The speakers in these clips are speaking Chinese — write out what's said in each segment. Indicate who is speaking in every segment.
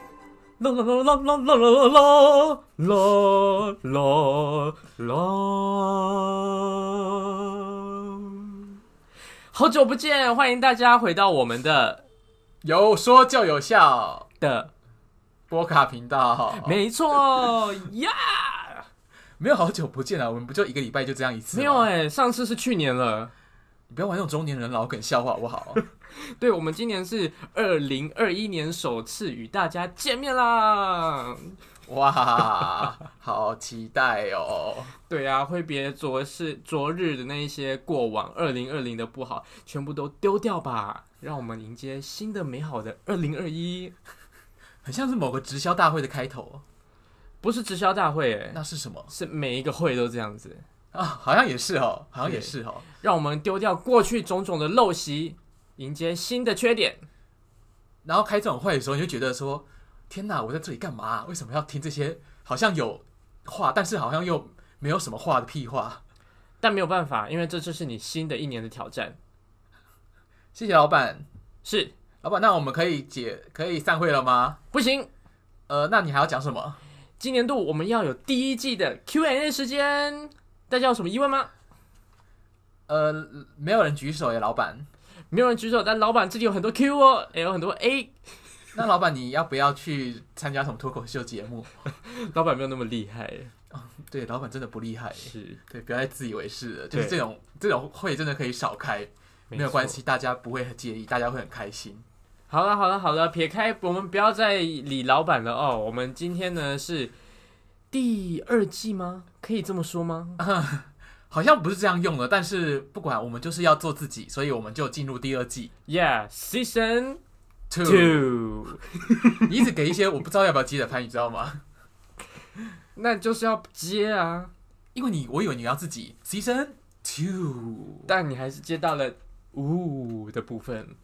Speaker 1: 啦啦啦啦啦啦啦啦啦啦啦！好久不见，欢迎大家回到我们的
Speaker 2: 有说就有笑，
Speaker 1: 的，
Speaker 2: 波卡频道
Speaker 1: 没错呀。
Speaker 2: 没有好久不见啊，我们不就一个礼拜就这样一次吗？
Speaker 1: 没有哎、上次是去年了，
Speaker 2: 你不要玩那种中年人老梗笑话好不好？
Speaker 1: 对我们今年是二零二一年首次与大家见面啦。
Speaker 2: 哇，好期待哦！
Speaker 1: 对啊，挥别昨是昨日的那一些过往，二零二零的不好全部都丢掉吧，让我们迎接新的美好的二零二一。
Speaker 2: 很像是某个直销大会的开头，
Speaker 1: 不是直销大会、欸，
Speaker 2: 那是什么
Speaker 1: 是每一个会都这样子。
Speaker 2: 啊？好像也是哦，好像也是哦。
Speaker 1: 让我们丢掉过去种种的陋习，迎接新的缺点。
Speaker 2: 然后开这种会的时候，你就觉得说：天哪，我在这里干嘛？为什么要听这些好像有话，但是好像又没有什么话的屁话？
Speaker 1: 但没有办法，因为这就是你新的一年的挑战。
Speaker 2: 谢谢老板，
Speaker 1: 是
Speaker 2: 老板，那我们可以解可以散会了吗？
Speaker 1: 不行，
Speaker 2: 呃，那你还要讲什么？
Speaker 1: 今年度我们要有第一季的 Q&A 时间。大家有什么疑问吗？
Speaker 2: 呃，没有人举手耶，老 板。
Speaker 1: 没有人举手，但老板这里有很多 Q 哦，也有很多 A。
Speaker 2: 那老板，你要不要去参加什么脱口秀节 目？
Speaker 1: 老板没有那么厉害，
Speaker 2: 对，老板真的不厉害耶。
Speaker 1: 是
Speaker 2: 对，不要再自以为是了，就是
Speaker 1: 对
Speaker 2: 这种这种会真的可以少开，没有关。系，大家不会很介意，大家会很开心。
Speaker 1: 好了好了好了，撇开我们不要再理老板了哦。我们今天呢是第二季吗？可以这么说吗？
Speaker 2: 好像不是这样用的，但是不管，我们就是要做自己，所以我们就进入第二季。
Speaker 1: Yeah，season
Speaker 2: Two，
Speaker 1: two，
Speaker 2: 你一直给一些我不知道要不要接的拍，你知道吗？
Speaker 1: 那就是要接啊，
Speaker 2: 因为你我以为你要自己 season two。
Speaker 1: 但你还是接到了呜的部分。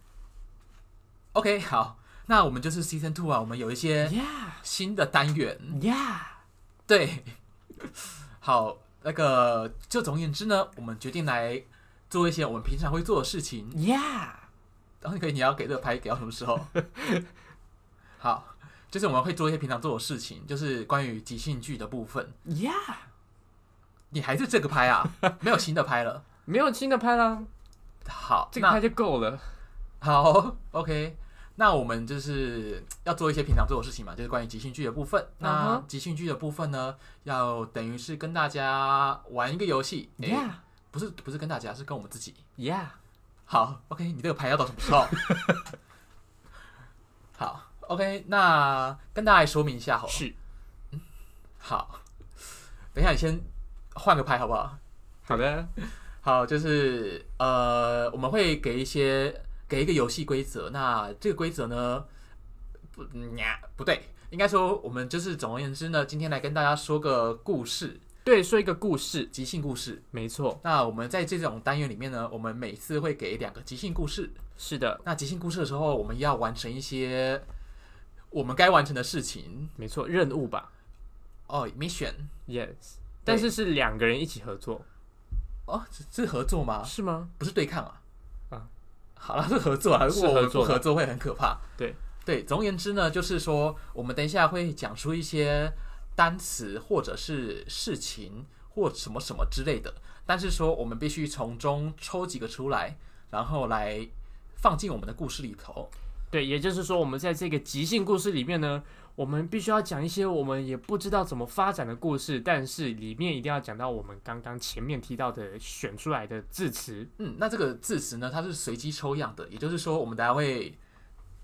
Speaker 2: OK，好，那我们就是 season two 啊，我们有一些
Speaker 1: Yeah，yeah，
Speaker 2: 新的单元。 对，好，那个就总而言之呢，我们决定来做一些我们平常会做的事情。
Speaker 1: yeah，
Speaker 2: 然后你可以你要给这个拍给到什么时候？好，就是我们会做一些平常做的事情，就是关于即兴剧的部分。
Speaker 1: yeah，
Speaker 2: 你还是这个拍啊，没有新的拍了。
Speaker 1: 没有新的拍啦，
Speaker 2: 好，
Speaker 1: 这个拍就够了。
Speaker 2: 那好，OK。那我们就是要做一些平常做的事情嘛，就是关于即兴剧的部分。那
Speaker 1: 嗯哼
Speaker 2: 即兴剧的部分呢，要等于是跟大家玩一个游戏。诶
Speaker 1: Yeah，yeah，
Speaker 2: 不是不是跟大家，是跟我们自己。好，OK，你这个牌要到什么时候？ 好，OK，那跟大家来说明一下 好了。
Speaker 1: 是
Speaker 2: 好，等一下你先换个牌好不好？
Speaker 1: 好的，
Speaker 2: 好，就是呃，我们会给一些给一个游戏规则。那这个规则呢，不，嗯呀，不对，应该说我们就是总而言之呢，今天来跟大家说个故事，
Speaker 1: 对，说一个故事，
Speaker 2: 即兴故事。
Speaker 1: 没错，
Speaker 2: 那我们在这种单元里面呢，我们每次会给两个即兴故事。
Speaker 1: 是的，
Speaker 2: 那即兴故事的时候，我们要完成一些我们该完成的事情
Speaker 1: 没错，任务吧。
Speaker 2: 哦，mission
Speaker 1: Yes，但是是两个人一起合作，
Speaker 2: 哦，是是合作吗？
Speaker 1: 是吗？
Speaker 2: 不是对抗啊。
Speaker 1: 啊，
Speaker 2: 好了，是合作啊。如果我们
Speaker 1: 是合作
Speaker 2: 不
Speaker 1: 啦
Speaker 2: 合作会很可怕。
Speaker 1: 对
Speaker 2: 对，总而言之呢，就是说我们等一下会讲出一些单词或者是事情或什么什么之类的，但是说我们必须从中抽几个出来，然后来放进我们的故事里头。
Speaker 1: 对，也就是说，我们在这个即兴故事里面呢，我们必须要讲一些我们也不知道怎么发展的故事，但是里面一定要讲到我们刚刚前面提到的选出来的字词。
Speaker 2: 嗯，那这个字词呢，它是随机抽样的，也就是说，我们等下会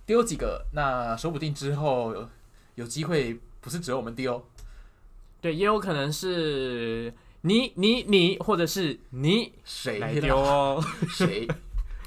Speaker 2: 丢几个，那说不定之后有有机会不是只有我们丢，
Speaker 1: 对，也有可能是你、你、你，或者是你
Speaker 2: 谁
Speaker 1: 来丢哦。
Speaker 2: 谁，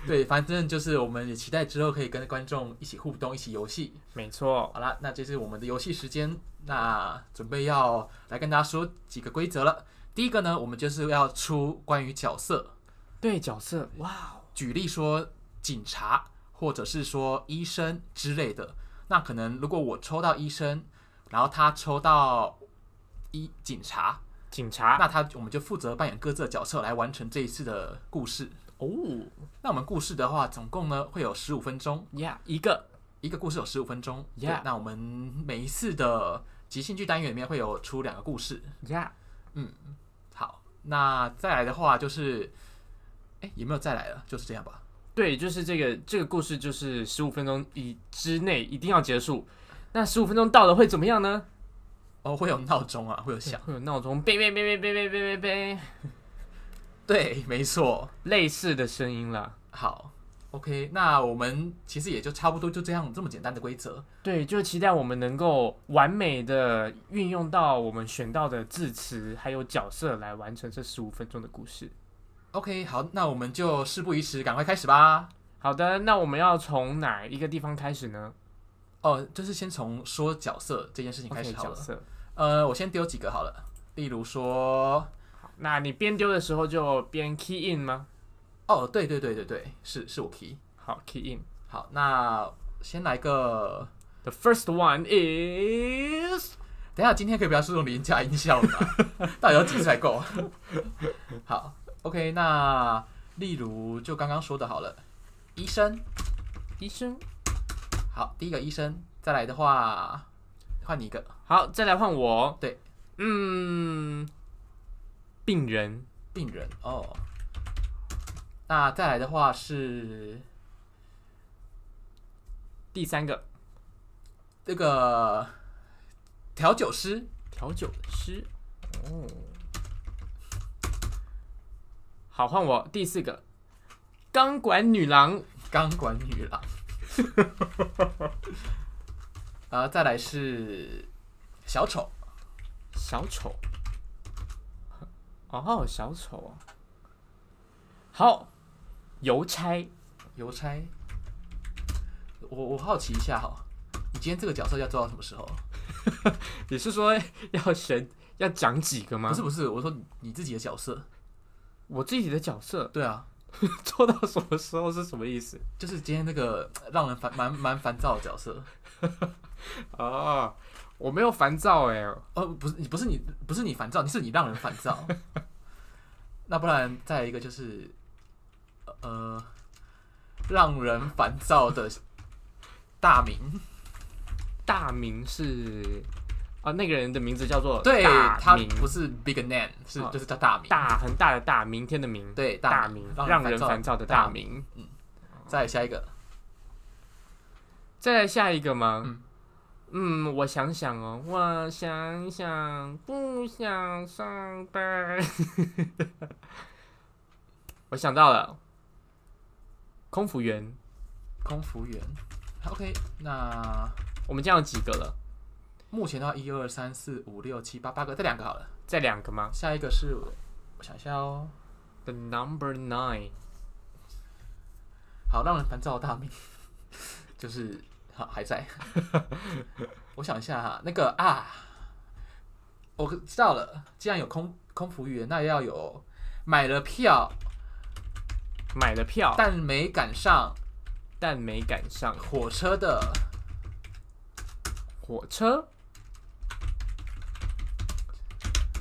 Speaker 2: 对，反正就是我们也期待之后可以跟观众一起互动，一起游戏。
Speaker 1: 没错，
Speaker 2: 好啦，那这是我们的游戏时间，那准备要来跟大家说几个规则了。第一个呢，我们就是要出关于角色，
Speaker 1: 对角色，哇，
Speaker 2: 举例说警察或者是说医生之类的，那可能如果我抽到医生，然后他抽到医警察，
Speaker 1: 警察
Speaker 2: 那他我们就负责扮演各自的角色来完成这一次的故事。
Speaker 1: 哦
Speaker 2: 那我们故事的话，总共呢会有十五分钟，
Speaker 1: 呀一个
Speaker 2: 一个故事有十五分钟。对
Speaker 1: Yeah
Speaker 2: 那我们每一次的即兴剧单元里面会有出两个故事。
Speaker 1: 呀，
Speaker 2: 好，那再来的话就是，哎，有没有再来了？就是这样吧。
Speaker 1: 对，就是这个这个故事就是十五分钟以之内一定要结束。那十五分钟到了会怎么样呢？
Speaker 2: 哦，会有闹钟啊，会有响。
Speaker 1: 会有闹钟，哔哔哔哔哔哔哔哔哔，
Speaker 2: 对，没错。
Speaker 1: 类似的声音啦。
Speaker 2: 好，OK，那我们其实也就差不多就这样这么简单的规则。
Speaker 1: 对，就期待我们能够完美的运用到我们选到的字词还有角色来完成这十五分钟的故事。
Speaker 2: OK，好，那我们就事不宜迟，赶快开始吧。
Speaker 1: 好的，那我们要从哪一个地方开始呢
Speaker 2: 哦，就是先从说角色这件事情开
Speaker 1: ？OK，
Speaker 2: 始好
Speaker 1: 角
Speaker 2: 了。
Speaker 1: 色。
Speaker 2: 呃，我先丢几个好了，例如说，
Speaker 1: 好，那你边丢的时候就边 key in 吗？
Speaker 2: 哦，对对对对对，是是我 key。
Speaker 1: 好，key in。
Speaker 2: 好，那先来个，
Speaker 1: The first one is
Speaker 2: 等一下今天可以不要注重廉价音效了吗？到底要几次才够？ 好，OK，那例如就刚刚说的好了，医生，
Speaker 1: 医生。
Speaker 2: 好，第一个医生，再来的话换你一个，
Speaker 1: 好，再来换我。
Speaker 2: 对，
Speaker 1: 嗯，病人。
Speaker 2: 病人哦。那再来的话是
Speaker 1: 第三个，
Speaker 2: 这个调酒师，
Speaker 1: 调酒师。哦，好，换我第四个，钢管女郎。
Speaker 2: 钢管女郎。 然后再来是小丑，
Speaker 1: 小丑。哦，小丑啊。好，邮差
Speaker 2: 邮差。我我好奇一下哈，你今天这个角色要做到什么时候？
Speaker 1: 你是说要选要讲几个吗？
Speaker 2: 不是不是，我说你你自己的角色。
Speaker 1: 我自己的角色
Speaker 2: 对啊，
Speaker 1: 做到什么时候是什么意思？
Speaker 2: 就是今天那个呃让人烦蛮蛮烦躁的角色。
Speaker 1: 哦，我没有烦躁哎、
Speaker 2: 哦，不是你不是你不是你烦躁，你是你让人烦 躁。那不然再来一个就是，呃，让人烦躁的大名。
Speaker 1: 大名是啊，那个人的名字叫做
Speaker 2: 对
Speaker 1: 哦大
Speaker 2: 他
Speaker 1: 明，
Speaker 2: 不是 big name，是
Speaker 1: 哦
Speaker 2: 就是叫大名。
Speaker 1: 大很大的大，明天的明，
Speaker 2: 对
Speaker 1: 大
Speaker 2: 名哦
Speaker 1: 明，，
Speaker 2: 让
Speaker 1: 让人
Speaker 2: 烦
Speaker 1: 烦躁的大。明。
Speaker 2: 再来下一个，
Speaker 1: 再来下一个吗？
Speaker 2: 嗯
Speaker 1: 嗯我想想哦，我想想，不想上班。 我想到了，空服员，
Speaker 2: 空服员。OK，那
Speaker 1: 我们这样有几个了？
Speaker 2: 目前的话，一二三四五六七八八个，这两个好了。
Speaker 1: 再两个吗
Speaker 2: 下一个是我想一下哦，
Speaker 1: ？The number nine，
Speaker 2: 好，让人烦躁的大名， 就是好还在。 我想一下哈，那个啊，我知道了，既然有空空服员，那要有买了票
Speaker 1: 买了票
Speaker 2: 但没赶上
Speaker 1: 但没赶上
Speaker 2: 火车的
Speaker 1: 火车。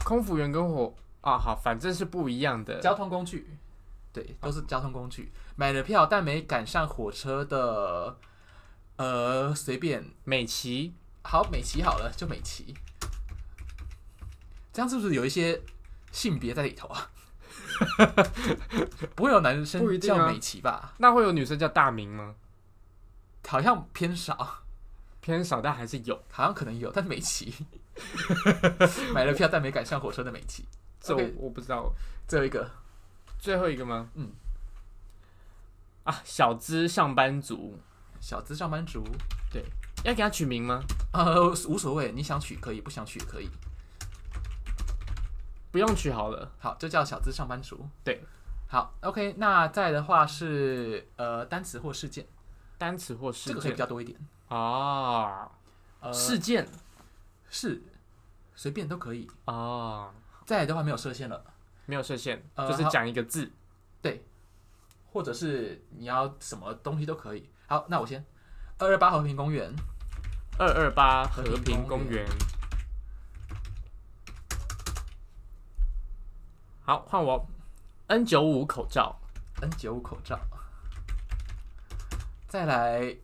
Speaker 1: 空服员跟火啊，好，反正是不一样的。
Speaker 2: 交通工具，对，都是交通工具。买了票但没赶上火车的，呃，随便，
Speaker 1: 美琪
Speaker 2: 好，美琪好了，就美琪。这样是不是有一些性别在里头 啊？不会有男
Speaker 1: 不一
Speaker 2: 生
Speaker 1: 定啊
Speaker 2: 叫美琪吧？
Speaker 1: 那会有女生叫大明吗？
Speaker 2: 好像偏少，好
Speaker 1: 偏少，但还是有。
Speaker 2: 像可能有，但 美琪买了票但没赶上火车的美琪，
Speaker 1: 这我
Speaker 2: OK
Speaker 1: 我不知道。
Speaker 2: 最后一个
Speaker 1: 最后一个吗？
Speaker 2: 嗯。
Speaker 1: 啊，小资上班族
Speaker 2: 小资上班族，
Speaker 1: 要给他取名吗？
Speaker 2: 呃，无所谓，你想取可以，不想取也可以。
Speaker 1: 不用取好了。
Speaker 2: 好，就叫小资上班族。
Speaker 1: 对，
Speaker 2: 好，OK，那再的话是呃单词或事件，
Speaker 1: 单词或事
Speaker 2: 这个可以
Speaker 1: 件
Speaker 2: 比较多一点。
Speaker 1: 啊，
Speaker 2: 呃，
Speaker 1: 事件
Speaker 2: 是，随便都可以。
Speaker 1: 啊，
Speaker 2: 再来的话没有设限了，
Speaker 1: 没有设限，
Speaker 2: 呃
Speaker 1: 就是
Speaker 2: 好
Speaker 1: 讲一个字。
Speaker 2: 或者是你要什么东西都可以。好，那我先二二八和平公园，
Speaker 1: 二二八
Speaker 2: 和
Speaker 1: 和
Speaker 2: 平
Speaker 1: 平
Speaker 2: 公
Speaker 1: 公园。好，换我。N 九五口罩，
Speaker 2: N 九五口罩，再来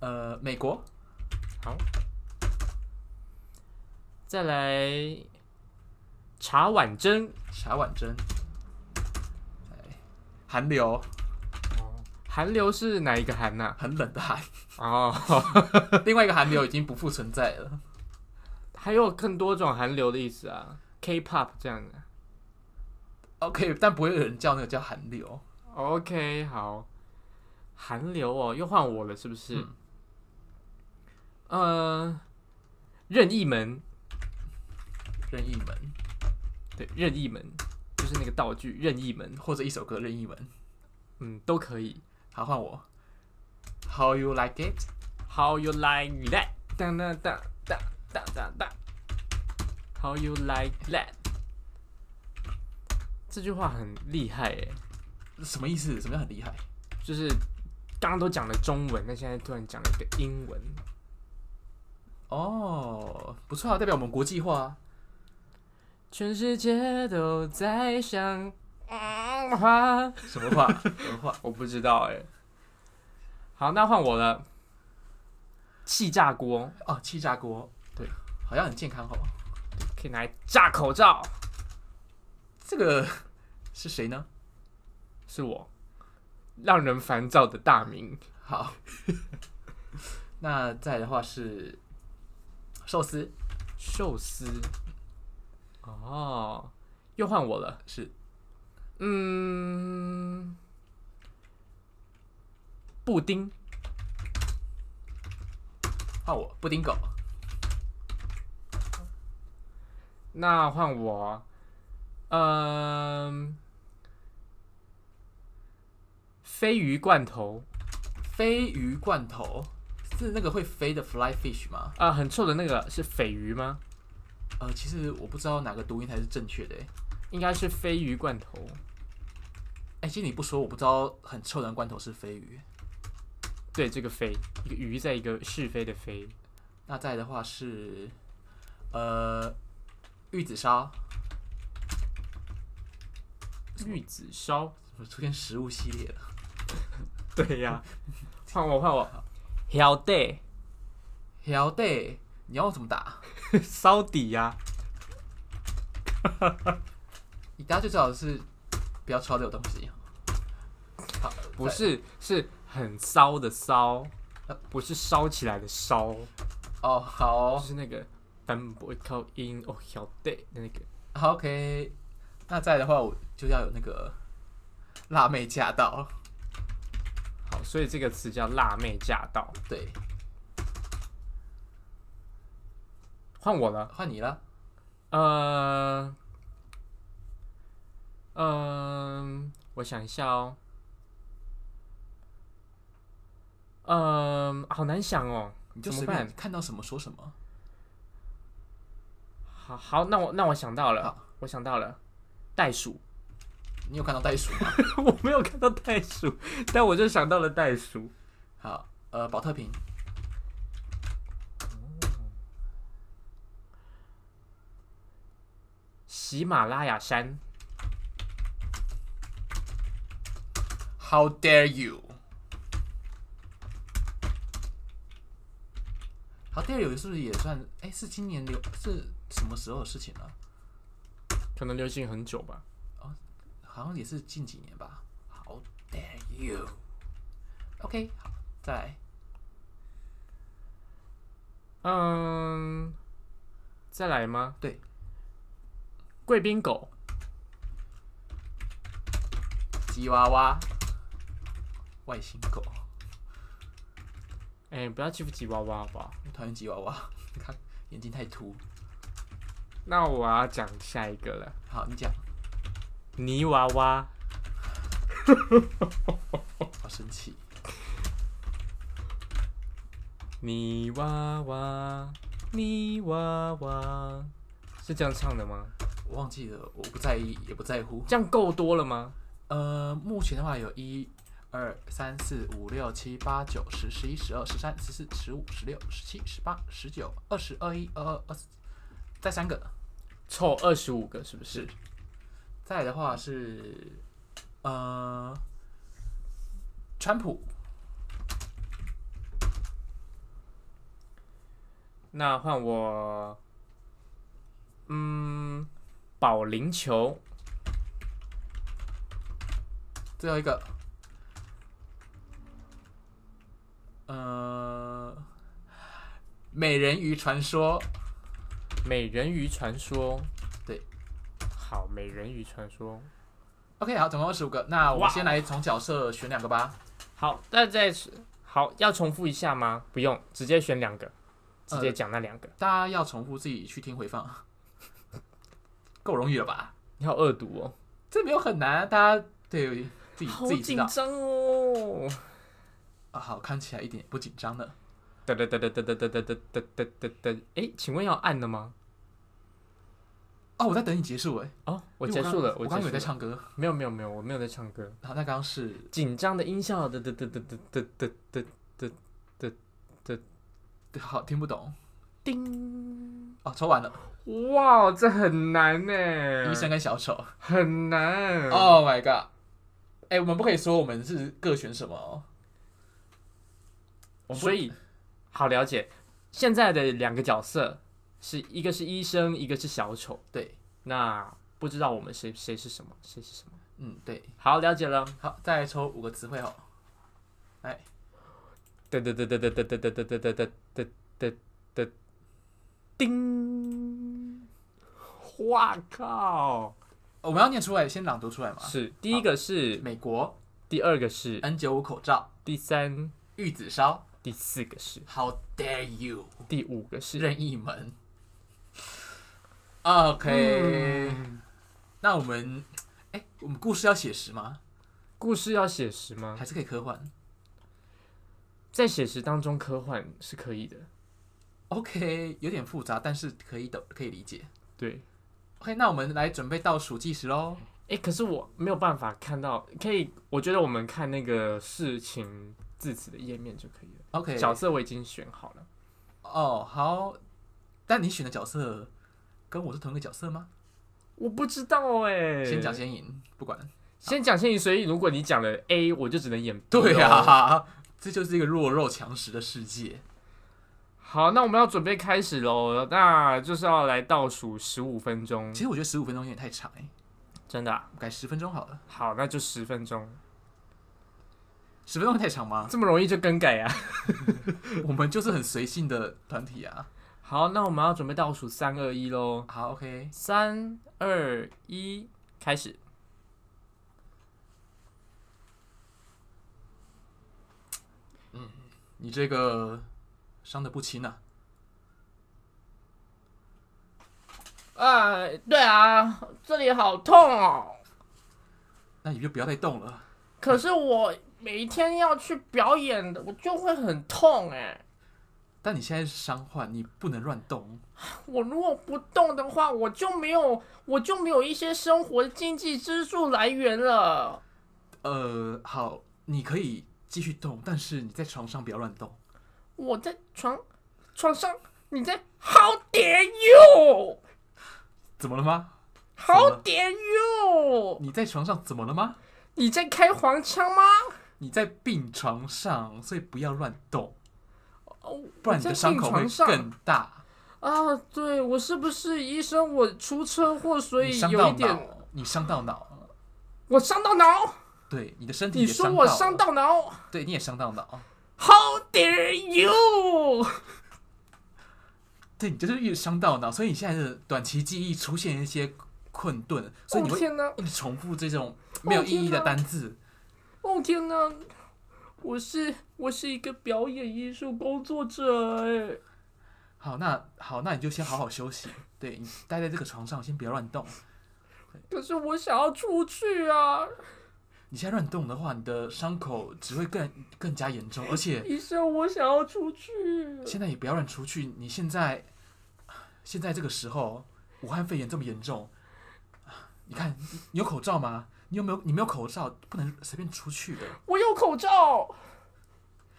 Speaker 2: 呃，美国，
Speaker 1: 再来茶碗蒸、
Speaker 2: 茶碗蒸，哎寒流，
Speaker 1: 寒流是哪一个啊寒呐、
Speaker 2: 很冷的寒。
Speaker 1: 哦，
Speaker 2: 另外一个寒流已经不复存在了。
Speaker 1: 还有更多种寒流的意思啊，K-pop 这样的。
Speaker 2: OK，但不会有人叫那个叫寒流。
Speaker 1: OK，好，寒流哦，又换我了，是不是？呃，任意门，
Speaker 2: 任意门，
Speaker 1: 对，任意门就是那个道具，任意门，
Speaker 2: 或者一首歌任意门。
Speaker 1: 嗯，都可以。
Speaker 2: 好，换我。How you like it？
Speaker 1: How you like that？当当当当当当当。How you like that？这句话很厉害诶，
Speaker 2: 什么意思？什么叫很厉害？
Speaker 1: 就是刚刚都讲了中文，那现在突然讲了一个英文。
Speaker 2: 哦，不错啊，代表我们国际化啊。
Speaker 1: 全世界都在想嗯花，
Speaker 2: 什么话？什么话？
Speaker 1: 我不知道诶。好，那换我了。气炸锅
Speaker 2: 哦，气炸锅。
Speaker 1: 对，
Speaker 2: 好像很健康哦。
Speaker 1: 可以拿来炸口罩，
Speaker 2: 这个 是谁呢？
Speaker 1: 是我让人烦躁的大名。
Speaker 2: 好， 那再来的话是寿司，
Speaker 1: 寿司。哦，又换我了。
Speaker 2: 是
Speaker 1: 嗯，布丁，
Speaker 2: 换我布丁狗，
Speaker 1: 那换我。嗯，鲱鱼罐头
Speaker 2: 飞鱼罐头是那个会飞的 fly fish 吗？
Speaker 1: 啊、很臭的那个是鲱鱼吗？
Speaker 2: 呃，其实我不知道哪个读音才是正确的欸。
Speaker 1: 应该是鲱鱼罐头。
Speaker 2: 哎，其实你不说，我不知道很臭的罐头是飞鱼。
Speaker 1: 对，这个鲱，一个鱼在一个是非的非。
Speaker 2: 那再来的话是呃玉子烧，
Speaker 1: 玉子烧。
Speaker 2: 怎么出现食物系列了？
Speaker 1: 对呀、换我换我。小弟，
Speaker 2: 好的，你要我怎么打？
Speaker 1: 烧底呀、
Speaker 2: 你大家就最好是不要抄这种东西。好，
Speaker 1: 不
Speaker 2: 再
Speaker 1: 是，是很骚的骚，不是烧起来的烧，
Speaker 2: 哦，好
Speaker 1: 就
Speaker 2: 哦
Speaker 1: 是那个单薄靠音哦，小对的那个
Speaker 2: 好，OK。那再来的话，我就要有那个辣妹驾到。
Speaker 1: 好，所以这个词叫辣妹驾到。
Speaker 2: 对，
Speaker 1: 换我了，
Speaker 2: 换你了。
Speaker 1: 呃，嗯、我想一下哦，嗯、好难想哦，
Speaker 2: 你就
Speaker 1: 怎么
Speaker 2: 随便
Speaker 1: 办
Speaker 2: 看到什么说什么。
Speaker 1: 好好，那我那我想到了
Speaker 2: 好，
Speaker 1: 我想到了，袋鼠，
Speaker 2: 你有看到袋鼠吗？
Speaker 1: 我没有看到袋鼠，但我就想到了袋鼠。
Speaker 2: 好，呃，保特瓶。
Speaker 1: 喜马拉雅山，
Speaker 2: How dare you？How dare you 是不是也算？哎、是今年流是什么时候的事情啊呢、
Speaker 1: 可能流行很久吧。
Speaker 2: 好像也是近几年吧。How dare you？OK，、OK，好，再来。
Speaker 1: 嗯，再来吗？
Speaker 2: 对，
Speaker 1: 贵宾狗，
Speaker 2: 吉娃娃，外星狗，
Speaker 1: 哎、不要欺负吉娃娃好不好？
Speaker 2: 我讨厌吉娃娃， 你看眼睛太凸。
Speaker 1: 那我要讲下一个了，
Speaker 2: 好，你讲，
Speaker 1: 泥娃娃。
Speaker 2: 哦好生气。
Speaker 1: 泥娃娃，泥娃娃，是这样唱的吗？
Speaker 2: 我忘记了，我不在意，也不在乎。
Speaker 1: 这样够多了吗？
Speaker 2: 呃，目前的话有一、二、三、四、五、六、七、八、九、十、十一、十二、十三、十四、十五、十六、十七、十八、十九、二十二、一、二二、二四，再三个。
Speaker 1: 凑二十五个是不是？
Speaker 2: 再来的话是，呃，川普，
Speaker 1: 那换我，嗯，保龄球，
Speaker 2: 最后一个，呃，美人鱼传说，
Speaker 1: 美人鱼传说。
Speaker 2: 对，
Speaker 1: 好，美人鱼传说。
Speaker 2: OK，好，总共二十五个。那我
Speaker 1: 哇
Speaker 2: 先来从角色选两个吧。
Speaker 1: 好，那再好要重复一下吗？不用，直接选两个，直接
Speaker 2: 呃
Speaker 1: 讲那两个。
Speaker 2: 大家要重复自己去听回放， 够容易了吧？
Speaker 1: 你好恶毒哦，
Speaker 2: 这没有很难啊，大家对自己
Speaker 1: 好
Speaker 2: 自己知
Speaker 1: 紧
Speaker 2: 道
Speaker 1: 张哦。
Speaker 2: 啊。好，看起来一点也不紧张的。
Speaker 1: 哒哒哒哒哒哒哒哒哒哒哒哒。哎，请问要按了吗？
Speaker 2: 哦，我在等你结束哎、
Speaker 1: 哦，我
Speaker 2: 因为
Speaker 1: 结束了，
Speaker 2: 我刚我
Speaker 1: 结
Speaker 2: 刚以
Speaker 1: 束
Speaker 2: 为在
Speaker 1: 了。
Speaker 2: 唱歌。
Speaker 1: 没有没有没有，我没有在唱歌。
Speaker 2: 好，那刚刚是
Speaker 1: 紧张的音效，哒哒哒哒哒哒哒哒哒哒哒，
Speaker 2: 对 好听不懂
Speaker 1: 叮！
Speaker 2: 哦，抽完了。
Speaker 1: 哇，这很难呢，
Speaker 2: 医生跟小丑。
Speaker 1: 很难。
Speaker 2: Oh my god！哎、我们不可以说我们是各选什么哦。我们不
Speaker 1: 所以好了解。现在的两个角色是一个是医生，一个是小丑。
Speaker 2: 对，
Speaker 1: 那不知道我们谁谁是什么，谁是什么？
Speaker 2: 嗯，对。
Speaker 1: 好，了解了。
Speaker 2: 好，再来抽五个词汇哦。
Speaker 1: 哒哒哒哒哒哒哒哒哒哒哒哒哒哒，叮！哇靠！
Speaker 2: 哦我们要念出来，先朗读出来嘛。
Speaker 1: 是第一个是，
Speaker 2: 美国
Speaker 1: 第二个是，
Speaker 2: N 9 5口罩、
Speaker 1: 第三、
Speaker 2: 玉子烧
Speaker 1: 第四个是，
Speaker 2: ，How dare you！
Speaker 1: 第五个是。
Speaker 2: 任意门。OK，、
Speaker 1: 嗯
Speaker 2: 那我们，哎、我们故事要写实吗？
Speaker 1: 故事要写实吗？
Speaker 2: 还是可以科幻
Speaker 1: 在写实当中科幻是可以的。
Speaker 2: ？OK，有点复杂，但是可以的，可以理解。
Speaker 1: 对，
Speaker 2: OK，那我们来准备倒数计时喽。
Speaker 1: 哎、可是我没有办法看到，可以，我觉得我们看那个事情字词的页面就可以了。
Speaker 2: OK，
Speaker 1: 角色我已经选好了，
Speaker 2: 哦，好，但你选的角色跟我是同一个角色吗？
Speaker 1: 我不知道哎、
Speaker 2: 先讲先赢，不 管。
Speaker 1: 先讲先赢，所以如果你讲了 A，我就只能演 B 哦
Speaker 2: 对呀、
Speaker 1: 咯
Speaker 2: 啊， 这就是一个弱肉强食的世界。
Speaker 1: 好，那我们要准备开始喽，那就是要来倒数十五分钟
Speaker 2: 其，实我觉得十五分钟有点太长哎、
Speaker 1: 真的啊、
Speaker 2: 我改十分钟好了。
Speaker 1: 好，那就十分钟，
Speaker 2: 十分钟会太 长吗？
Speaker 1: 这么容易就更改啊呀、
Speaker 2: 我们就是很随性的团体啊。
Speaker 1: 好，那我们要准备倒数三二一喽，
Speaker 2: 好，OK，
Speaker 1: 三二一，开始。
Speaker 2: 你这个伤的不轻啊。
Speaker 1: 啊，对啊，这里好痛哦。
Speaker 2: 那你就不要再动了。
Speaker 1: 可是我每天要去表演的，我就会很痛哎、
Speaker 2: 但你现在是伤患，你不能乱动。
Speaker 1: 我如果不动的话，我就没有，我就没有一些生活经济支柱来源了。
Speaker 2: 呃，好，你可以继续动，但是你在床上不要乱动。
Speaker 1: 我在床床上，你在 How dare you？How
Speaker 2: 怎么了吗？怎么了
Speaker 1: dare you？
Speaker 2: 你在床上怎么了吗？
Speaker 1: 你在开黄腔吗？
Speaker 2: 你在病床上，所以不要乱动，
Speaker 1: 哦
Speaker 2: 不然你的伤口
Speaker 1: 我在
Speaker 2: 会
Speaker 1: 病床上
Speaker 2: 更大。
Speaker 1: 啊！对，我是不是医生？我出车祸，所
Speaker 2: 你
Speaker 1: 以
Speaker 2: 伤
Speaker 1: 有
Speaker 2: 到
Speaker 1: 一点，
Speaker 2: 脑，你伤到脑，
Speaker 1: 我伤到脑。
Speaker 2: 对，你的身体
Speaker 1: 你
Speaker 2: 也
Speaker 1: 说
Speaker 2: 到
Speaker 1: 我
Speaker 2: 了
Speaker 1: 伤，到脑
Speaker 2: 对，你也伤到脑，哦
Speaker 1: ？How dare you？
Speaker 2: 对你就是一直伤到脑，所以你现在的短期记忆出现一些困顿，所以你
Speaker 1: 哦
Speaker 2: 会
Speaker 1: 天哪！
Speaker 2: 一直重复这种没有意义的单字。
Speaker 1: 哦天哪！我是我是一个表演艺术工作者哎。
Speaker 2: 好，那好，那你就先好好休息，对你待在这个床上，先不要乱动。
Speaker 1: 可是我想要出去啊！
Speaker 2: 你现在乱动的话，你的伤口只会更更加严重，而且
Speaker 1: 医生，我想要出去。
Speaker 2: 现在也不要乱出去。你现在现在这个时候，武汉肺炎这么严重，啊你看你你有口罩吗？你有没有？你没有口罩，不能随便出去的。
Speaker 1: 我有口罩，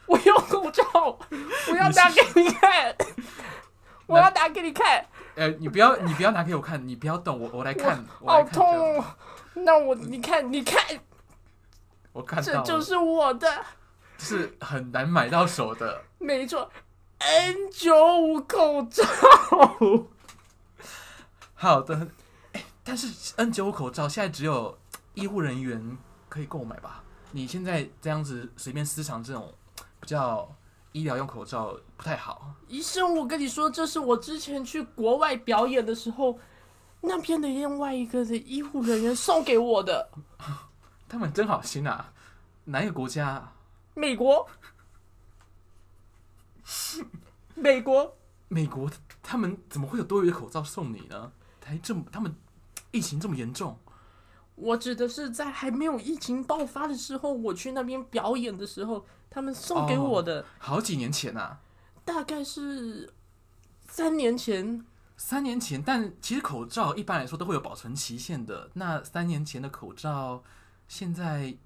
Speaker 1: 我有口罩，我要拿给你看，我要拿给你看，
Speaker 2: 呃，你不要，你不要拿给我看，你不要动，我我来看，我
Speaker 1: 好
Speaker 2: 来看这
Speaker 1: 痛
Speaker 2: 样，
Speaker 1: 哦！那我你看你看，
Speaker 2: 我看到
Speaker 1: 这
Speaker 2: 了
Speaker 1: 就是我的，
Speaker 2: 是很难买到手的。
Speaker 1: 没错， N 九五口罩。
Speaker 2: 好的，哎但是 N 九五口罩现在只有医护人员可以购买吧？你现在这样子随便私藏这种比较医疗用口罩不太好。
Speaker 1: 医生，我跟你说，这是我之前去国外表演的时候，那边的另外一个的医护人员送给我的。
Speaker 2: 他们真好心啊！哪一个国家、啊？
Speaker 1: 美国， 美国，
Speaker 2: 美国他们怎么会有多余的口罩送你呢？还这么他们疫情这么严重，
Speaker 1: 我指的是在还没有疫情爆发的时候，我去那边表演的时候，他们送给我的，
Speaker 2: 好几年前啊，
Speaker 1: 大概是三年前。
Speaker 2: 三年前。但其实口罩一般来说都会有保存期限的。那三年前的口罩，现在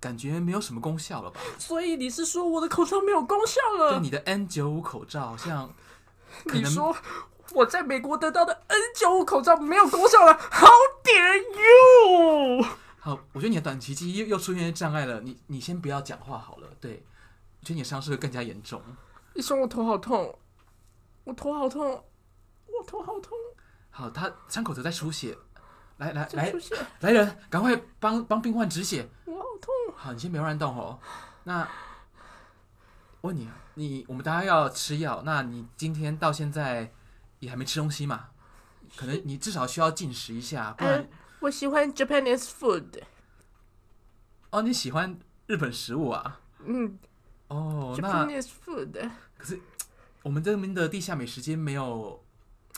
Speaker 2: 感觉没有什么功效了吧？
Speaker 1: 所以你是说我的口罩没有功效
Speaker 2: 对
Speaker 1: 了？
Speaker 2: 你的 N 九五口罩，像可
Speaker 1: 你
Speaker 2: 能
Speaker 1: 说我在美国得到的 N 九五口罩没有功效了？How dare you！
Speaker 2: 好，我觉得你的短期记忆又又出现障碍了。你你先不要讲话好了。对，我觉得你的伤势会更加严重。
Speaker 1: 医生，我头好痛，我头好痛，我头好痛，
Speaker 2: 好，他伤口则在出血。来来
Speaker 1: 在
Speaker 2: 来
Speaker 1: 出，血，
Speaker 2: 来人，赶快帮帮病患止血。
Speaker 1: 我好痛。
Speaker 2: 好，你先别乱动哦。那问你，你我们大家要吃药，那你今天到现在也还没吃东西嘛？可能你至少需要进食一下，不然、
Speaker 1: 嗯，我喜欢 Japanese food。
Speaker 2: 哦，你喜欢日本食物啊？
Speaker 1: 嗯
Speaker 2: 哦，那
Speaker 1: ，Japanese food。
Speaker 2: 我们这边的地下美食街没有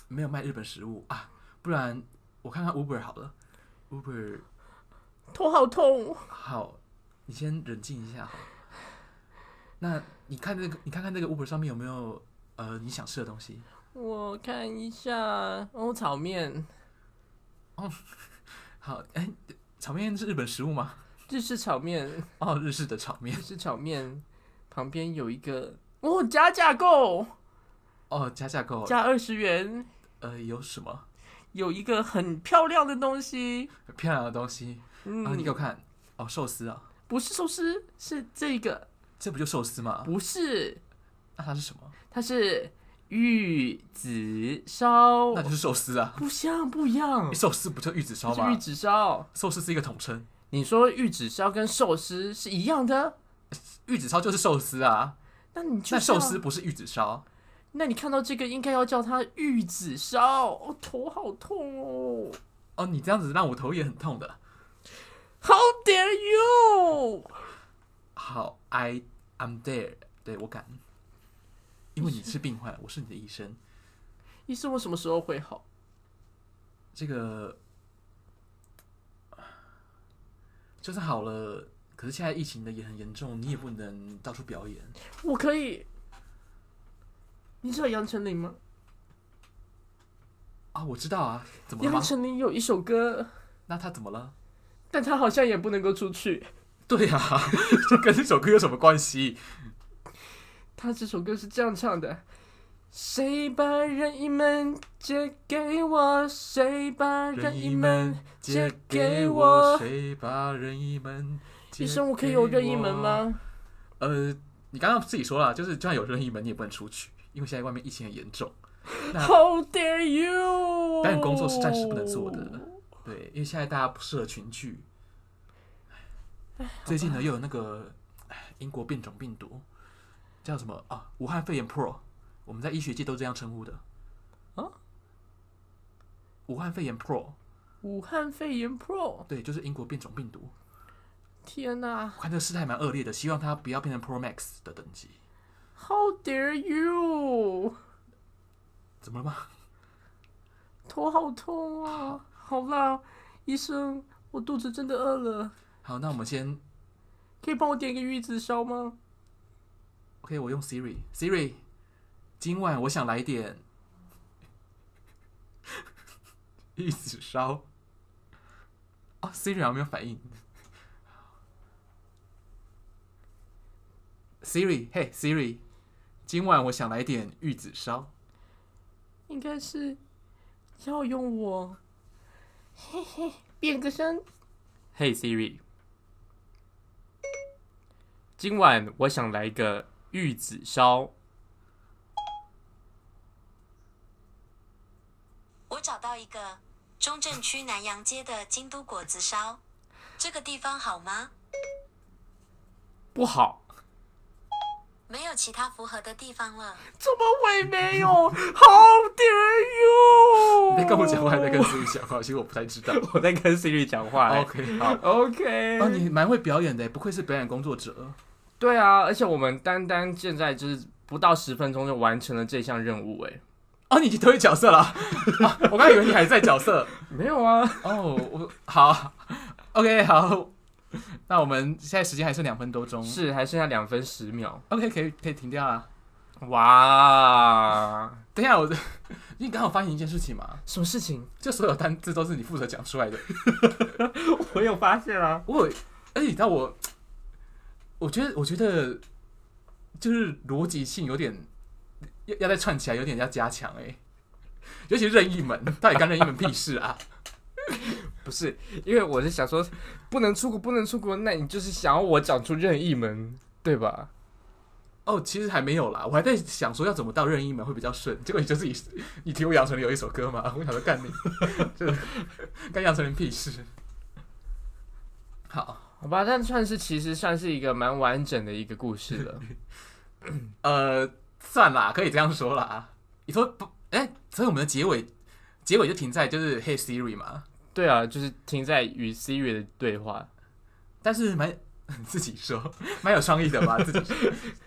Speaker 2: 没有卖日本食物啊，不然我看看 Uber 好了。Uber
Speaker 1: 头好痛，
Speaker 2: 好，你先冷静一下好了。那你看这个，你看看这个 Uber 上面有没有呃你想吃的东西？
Speaker 1: 我看一下哦，炒面，
Speaker 2: 好， 哎、炒面是日本食物吗？
Speaker 1: 日式炒面，
Speaker 2: 哦，日式的炒面
Speaker 1: 日式炒面，旁边有一个哦，加价购，
Speaker 2: 哦，加价购
Speaker 1: 加二十元，
Speaker 2: 呃有什么
Speaker 1: 有一个很漂亮的东西，
Speaker 2: 很漂亮的东西
Speaker 1: 嗯，
Speaker 2: 啊？你给我看哦，寿司啊，
Speaker 1: 不是寿司，是这个，哦
Speaker 2: 这不就寿司吗？
Speaker 1: 不是，
Speaker 2: 那它是什么？
Speaker 1: 它是玉子烧
Speaker 2: 那，就是寿司啊，哎
Speaker 1: 不像不一样，
Speaker 2: 寿司不就玉子
Speaker 1: 它
Speaker 2: 烧
Speaker 1: 是玉
Speaker 2: 吗？
Speaker 1: 子烧。
Speaker 2: 寿司是一个统称，
Speaker 1: 你说玉子烧跟寿司是一样的，
Speaker 2: 玉子烧就是寿司啊。
Speaker 1: 那你就
Speaker 2: 那
Speaker 1: 是要
Speaker 2: 寿司，不是玉子烧，
Speaker 1: 那你看到这个应该要叫它玉子烧。哦，头好痛哦
Speaker 2: 哦，你这样子让我头也很痛的。
Speaker 1: ！How dare you！
Speaker 2: 好，I I'm there，对我敢，因为你是病患，我是你的医生。
Speaker 1: 医生，我什么时候会好？
Speaker 2: 这个就算好了，可是现在疫情的也很严重，你也不能到处表演。
Speaker 1: 我可以。你知道杨丞琳吗？
Speaker 2: 啊，我知道啊，怎么了
Speaker 1: 杨
Speaker 2: 吗？
Speaker 1: 丞琳有一首歌，
Speaker 2: 那他怎么了？
Speaker 1: 但她好像也不能够出去。
Speaker 2: 对呀、啊， 这跟这首歌有什么关系？
Speaker 1: 她这首歌是这样唱的：谁把任意门借给我？谁把任意门？，借给我
Speaker 2: 谁把任意门？
Speaker 1: 医生，我可以有任意门？吗？
Speaker 2: 呃，你刚刚自己说了，就是就算有任意门，你也不能出去，因为现在外面疫情很严重。那
Speaker 1: How dare you！
Speaker 2: 但工作是暂时不能做的对，因为现在大家不适合群聚。最近呢，又有那个唉英国变种病毒，叫什么啊？武汉肺炎 Pro，我们在医学界都这样称呼的。
Speaker 1: 啊？
Speaker 2: 武汉肺炎 Pro，
Speaker 1: 武汉肺炎 Pro，
Speaker 2: 对，就是英国变种病毒。
Speaker 1: 天哪
Speaker 2: 我看这个事态蛮恶劣的，希望它不要变成 Pro Max 的等级。
Speaker 1: ！How dare you！
Speaker 2: 怎么了吗？
Speaker 1: 头好痛啊！好啦，医生，我肚子真的饿了，
Speaker 2: 好，那我们先
Speaker 1: 可以帮我点个玉子烧吗？
Speaker 2: OK，我用 Siri。Siri，今晚我想来点玉子烧。哦，Siri 还没有反应。Siri，嘿，Siri，今晚我想来点玉子烧。
Speaker 1: 应该是要用我， 嘿嘿，变个身。
Speaker 3: 嘿 Siri，今晚我想来个玉子烧。烧一个中正区南洋街的京都果子烧，这个地方好吗？
Speaker 1: 不好，
Speaker 3: 没有其他符合的地方了。
Speaker 1: 怎么会没 有？How dare you！
Speaker 2: 你在跟我讲话，还是在跟自己讲话？其实我不太知道。 哎
Speaker 1: 我在跟 Siri 讲话、欸。
Speaker 2: OK，好。
Speaker 1: OK，、
Speaker 2: 啊，你蛮会表演的，不愧是表演工作者。
Speaker 1: 对啊，而且我们单单现在就是不到十分钟就完成了这项任务、欸，哎，
Speaker 2: 哦，你已经脱离角色了，啊我刚以为你还在角色。
Speaker 1: 没有啊，
Speaker 2: 哦，我好，OK，好。那我们现在时间还剩两分多钟
Speaker 1: 是还剩下两分十秒，
Speaker 2: ，OK，可以可以停掉啦。
Speaker 1: 哇，
Speaker 2: 等一下，我 你刚好发现一件事情嘛，
Speaker 1: 什么事情？
Speaker 2: 就所有单字都是你负责讲出来的。
Speaker 1: 我有发现啊，
Speaker 2: 我有，而且你知道我，我觉得我觉得就是逻辑性有点要要再串起来，有点要加强哎、尤其是任意门，到底干任意门屁事啊？
Speaker 1: 不是，因为我是想说，不能出国，不能出国，那你就是想要我讲出任意门，对吧？
Speaker 2: 哦，其实还没有啦，我还在想说要怎么到任意门会比较顺，结果你就自己你提我杨丞琳有一首歌嘛，我想说干你， 就是干杨丞琳屁事。好，
Speaker 1: 好吧，但算是其实算是一个蛮完整的一个故事了。
Speaker 2: 呃，算啦，可以这样说啦。你说不？哎、所以我们的结尾结尾就停在就是嘿 Siri 嘛，
Speaker 1: 对啊，就是停在与 Siri 的对话。
Speaker 2: 但是蛮 自己说蛮有创意的吧，自己说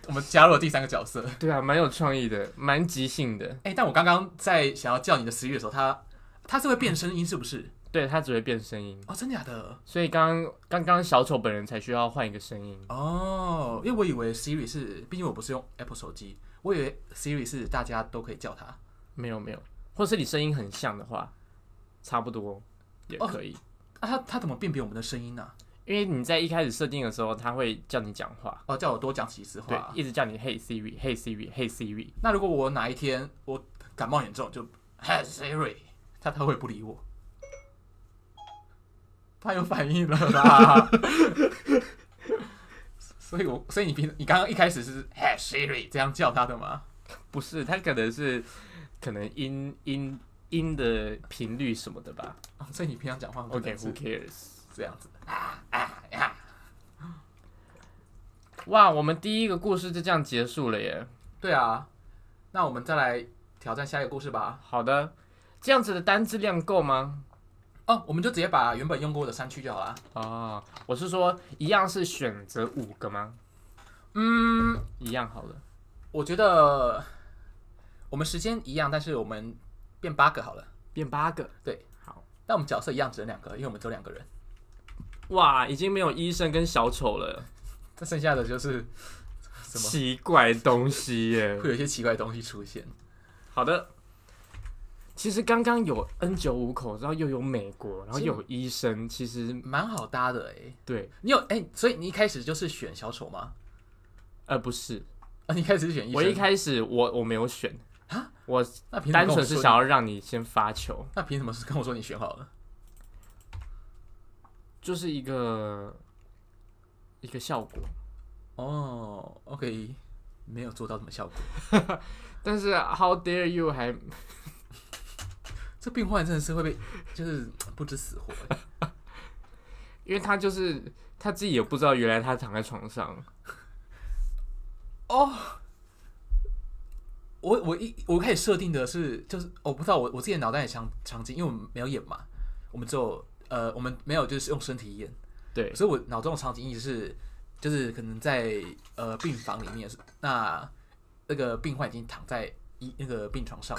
Speaker 2: 我们加入了第三个角色。
Speaker 1: 对啊，蛮有创意的，蛮即兴的。
Speaker 2: 哎、但我刚刚在想要叫你的 Siri 的时候，它它是会变声音是不是？
Speaker 1: 对，它只会变声音，
Speaker 2: 哦，真假的？
Speaker 1: 所以刚刚刚小丑本人才需要换一个声音。
Speaker 2: 哦，因为我以为 Siri 是，毕竟我不是用 Apple 手机，我以为 Siri 是大家都可以叫它。啊
Speaker 1: 没有没有，或是你声音很像的话，差不多也可以。
Speaker 2: 啊，它它怎么辨别我们的声音呢、
Speaker 1: 因为你在一开始设定的时候，它会叫你讲话，
Speaker 2: 哦，叫我多讲几次
Speaker 1: 对
Speaker 2: 话，。
Speaker 1: 一直叫你 Hey Siri，Hey Siri，Hey Siri。
Speaker 2: 那如果我哪一天我感冒严重，就 Hey Siri，它它会不理我。它有反应了啦。 所以我，所以你平你刚刚一开始是 Hey Siri 这样叫它的吗？
Speaker 1: 不是，它可能是可能音音音的频率什么的吧。
Speaker 2: 哦所以你平常讲话可能
Speaker 1: OK，Who、
Speaker 2: 是
Speaker 1: cares？
Speaker 2: 这样子啊啊呀！
Speaker 1: 哇，我们第一个故事就这样结束了耶。
Speaker 2: 对啊，那我们再来挑战下一个故事吧。
Speaker 1: 好的，这样子的单字量够吗？
Speaker 2: 哦，我们就直接把原本用过的删去就好啊啦。
Speaker 1: 哦，我是说一样是选择五个吗？
Speaker 2: 嗯，
Speaker 1: 一样好了。
Speaker 2: 我觉得我们时间一样，但是我们变八个好了。
Speaker 1: 变八个，
Speaker 2: 对，
Speaker 1: 好，
Speaker 2: 但我们角色一样，只能两个，因为我们只有两个人。
Speaker 1: 哇，已经没有医生跟小丑了，
Speaker 2: 这剩下的就是什么
Speaker 1: 奇怪东西耶。
Speaker 2: 会有一些奇怪的东西出现。
Speaker 1: 好的，其实刚刚有 N 九五口，然后又有美国，然后又有医生，其实
Speaker 2: 蛮好搭的哎、
Speaker 1: 对，
Speaker 2: 你有哎、所以你一开始就是选小丑吗？
Speaker 1: 呃，不是，
Speaker 2: 啊，你一开始是选医生，
Speaker 1: 我一开始我我没有选
Speaker 2: 啊，
Speaker 1: 我
Speaker 2: 那凭什么
Speaker 1: 单
Speaker 2: 跟我
Speaker 1: 纯是
Speaker 2: 说
Speaker 1: 想
Speaker 2: 你，
Speaker 1: 要让你先发球，
Speaker 2: 那凭什么是跟我说你选好了？
Speaker 1: 就是一个一个效果。
Speaker 2: 哦，OK，没有做到什么效果。
Speaker 1: 但是 How dare you 还
Speaker 2: 这病患真的是会被，就是不知死活欸。
Speaker 1: 因为他就是他自己也不知道，原来他躺在床上。
Speaker 2: 我我一我开始设定的是，就是我不知道我我自己的脑袋里场场景，因为我们没有演嘛，我们只有呃我们没有就是用身体演，
Speaker 1: 对，
Speaker 2: 所以我脑中的场景一直是就是可能在呃病房里面，那那个病患已经躺在医那个病床上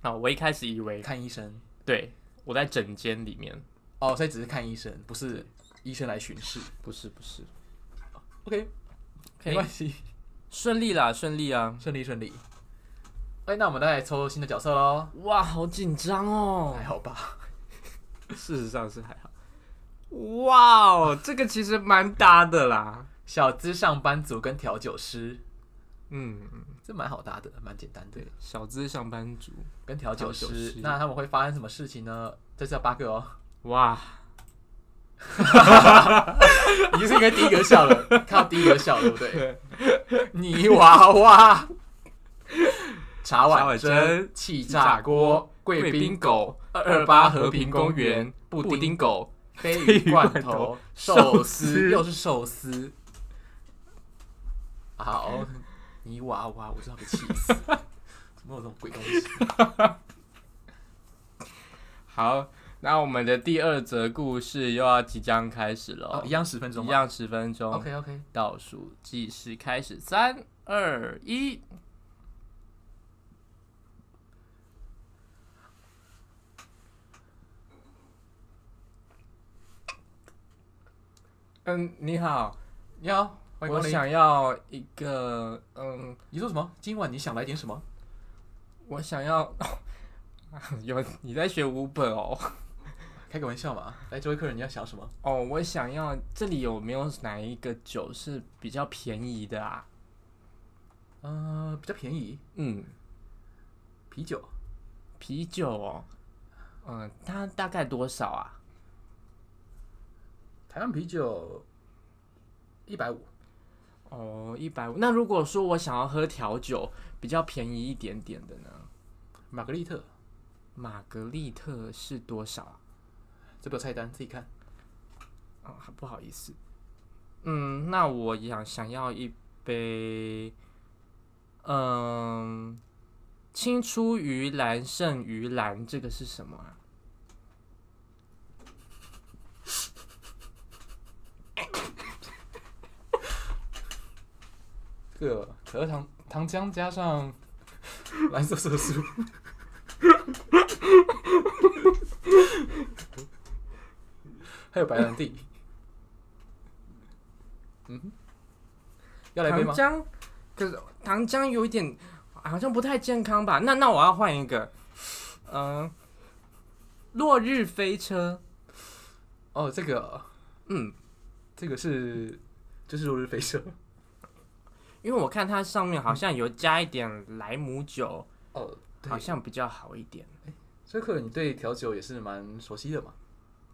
Speaker 1: 啊，我一开始以为
Speaker 2: 看医生
Speaker 1: 对我在诊间里面，
Speaker 2: 哦，所以只是看医生，不是医生来巡视。
Speaker 1: 不是不是，
Speaker 2: OK，
Speaker 1: 可
Speaker 2: 没
Speaker 1: 以
Speaker 2: 关系，
Speaker 1: 顺利啦，顺利啊！
Speaker 2: 顺利顺利。哎、那我们再来抽新的角色喽。
Speaker 1: 哇，好紧张哦
Speaker 2: 还。好吧？
Speaker 1: 事实上是还好。哇哦，这个其实蛮搭的啦。
Speaker 2: 小资上班族跟调酒师，
Speaker 1: 嗯，
Speaker 2: 这蛮好搭的，蛮简单的。
Speaker 1: 小资上班族，
Speaker 2: 跟调酒
Speaker 1: 调酒
Speaker 2: 师
Speaker 1: 师，
Speaker 2: 那他们会发生什么事情呢？这是要八个 哦，
Speaker 1: 哇，
Speaker 2: 你就是因为第一个笑了，看到第一个笑，对不对？泥娃娃、茶
Speaker 1: 茶
Speaker 2: 碗
Speaker 1: 碗
Speaker 2: 蒸
Speaker 1: 蒸、
Speaker 2: 气
Speaker 1: 气炸
Speaker 2: 炸锅、贵宾
Speaker 1: 宾
Speaker 2: 狗
Speaker 1: 狗、
Speaker 2: 二八和平公园、
Speaker 1: 布
Speaker 2: 布
Speaker 1: 丁
Speaker 2: 丁狗、鲱
Speaker 1: 鲱
Speaker 2: 鱼
Speaker 1: 鱼
Speaker 2: 罐
Speaker 1: 罐
Speaker 2: 头
Speaker 1: 头、
Speaker 2: 寿
Speaker 1: 寿
Speaker 2: 司，
Speaker 1: 司
Speaker 2: 又是寿司。好，泥娃娃，我真的要被气 死！怎么有这种鬼东西？
Speaker 1: 好，那我们的第二则故事又要即将开始了、
Speaker 2: 哦，一样十分钟哦
Speaker 1: 一
Speaker 2: 吗，
Speaker 1: 样十分钟
Speaker 2: OK OK，
Speaker 1: 倒数计时开始，三二一。嗯，你好，
Speaker 2: 你好，欢迎
Speaker 1: 我
Speaker 2: 光临。
Speaker 1: 想要一个，嗯，
Speaker 2: 你说什么？今晚你想来点什么？
Speaker 1: 我想要， 有你在学五本哦，
Speaker 2: 开个玩笑嘛。来，这位客人，你要想什么？
Speaker 1: 哦，我想要这里有没有哪一个酒是比较便宜的啊？
Speaker 2: 呃，比较便宜，
Speaker 1: 嗯，
Speaker 2: 啤酒
Speaker 1: 啤酒哦，嗯，它大概多少啊？
Speaker 2: 台湾啤酒一百五，
Speaker 1: 哦，一百五。那如果说我想要喝调酒，比较便宜一点点的呢？
Speaker 2: 玛格丽特，
Speaker 1: 玛格丽特是多少啊？
Speaker 2: 这边有菜单，自己看。
Speaker 1: 啊、不好意思。嗯，那我想想要一杯，嗯，青出于蓝胜于蓝，这个是什么啊？
Speaker 2: 这个可乐糖糖浆加上 蓝色色素， 还有白兰地。嗯，要来
Speaker 1: 糖
Speaker 2: 杯吗？
Speaker 1: 浆，可是糖浆有一点好像不太健康吧？那那我要换一个，嗯，落日飞车，
Speaker 2: 哦，这个
Speaker 1: 嗯，
Speaker 2: 这个是就是落日飞车。
Speaker 1: 因为我看它上面好像有加一点莱姆酒，
Speaker 2: 哦，
Speaker 1: 好像比较好一点。
Speaker 2: 这个你对调酒也是蛮熟悉的嘛？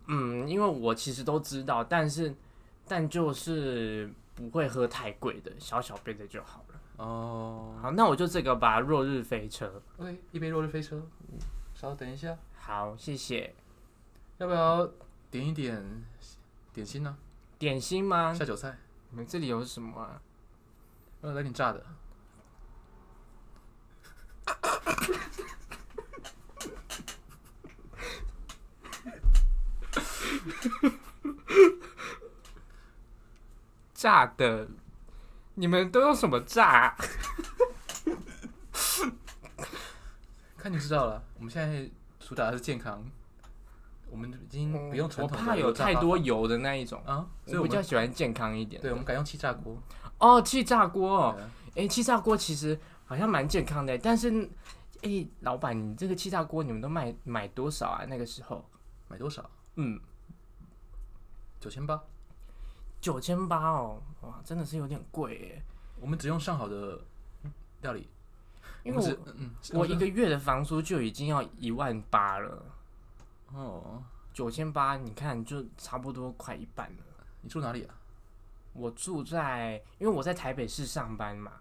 Speaker 1: 嗯，因为我其实都知道，但是但就是不会喝太贵的，小小杯的就好了。
Speaker 2: 哦
Speaker 1: 好，那我就这个吧，落日飞车。
Speaker 2: ，OK，一杯落日飞车。稍等一下，
Speaker 1: 好，谢谢。
Speaker 2: 要不要点一点点心呢？
Speaker 1: 点心吗？
Speaker 2: 下酒菜，
Speaker 1: 你们这里有什么、啊？
Speaker 2: 要不要来点炸的。
Speaker 1: 炸的？你们都用什么炸啊、
Speaker 2: 看就知道了。我们现在主打的是健康，我们已经不用
Speaker 1: 嗯
Speaker 2: 传
Speaker 1: 我
Speaker 2: 统的
Speaker 1: 怕有
Speaker 2: 油炸
Speaker 1: 太
Speaker 2: 方
Speaker 1: 多油的那一种，
Speaker 2: 法啊，所以
Speaker 1: 我
Speaker 2: 我
Speaker 1: 比较
Speaker 2: 们
Speaker 1: 喜欢健康一点。
Speaker 2: 对，我们改用气炸锅。
Speaker 1: 哦，气炸锅哦。
Speaker 2: 对啊
Speaker 1: 哎、气炸锅其实好像蛮健康的，但是，哎、老板，你这个气炸锅你们都卖买多少啊？那个时候，
Speaker 2: 买多少？
Speaker 1: 嗯，
Speaker 2: 九千八。
Speaker 1: 九千八哦，哇，真的是有点贵耶。
Speaker 2: 我们只用上好的料理，
Speaker 1: 因
Speaker 2: 我
Speaker 1: 为
Speaker 2: 们
Speaker 1: 我
Speaker 2: 只嗯，
Speaker 1: 我一个月的房租就已经要一万八了，
Speaker 2: 哦，
Speaker 1: 九千八，你看就差不多快一半了。
Speaker 2: 你住哪里啊？
Speaker 1: 我住在，因为我在台北市上班嘛，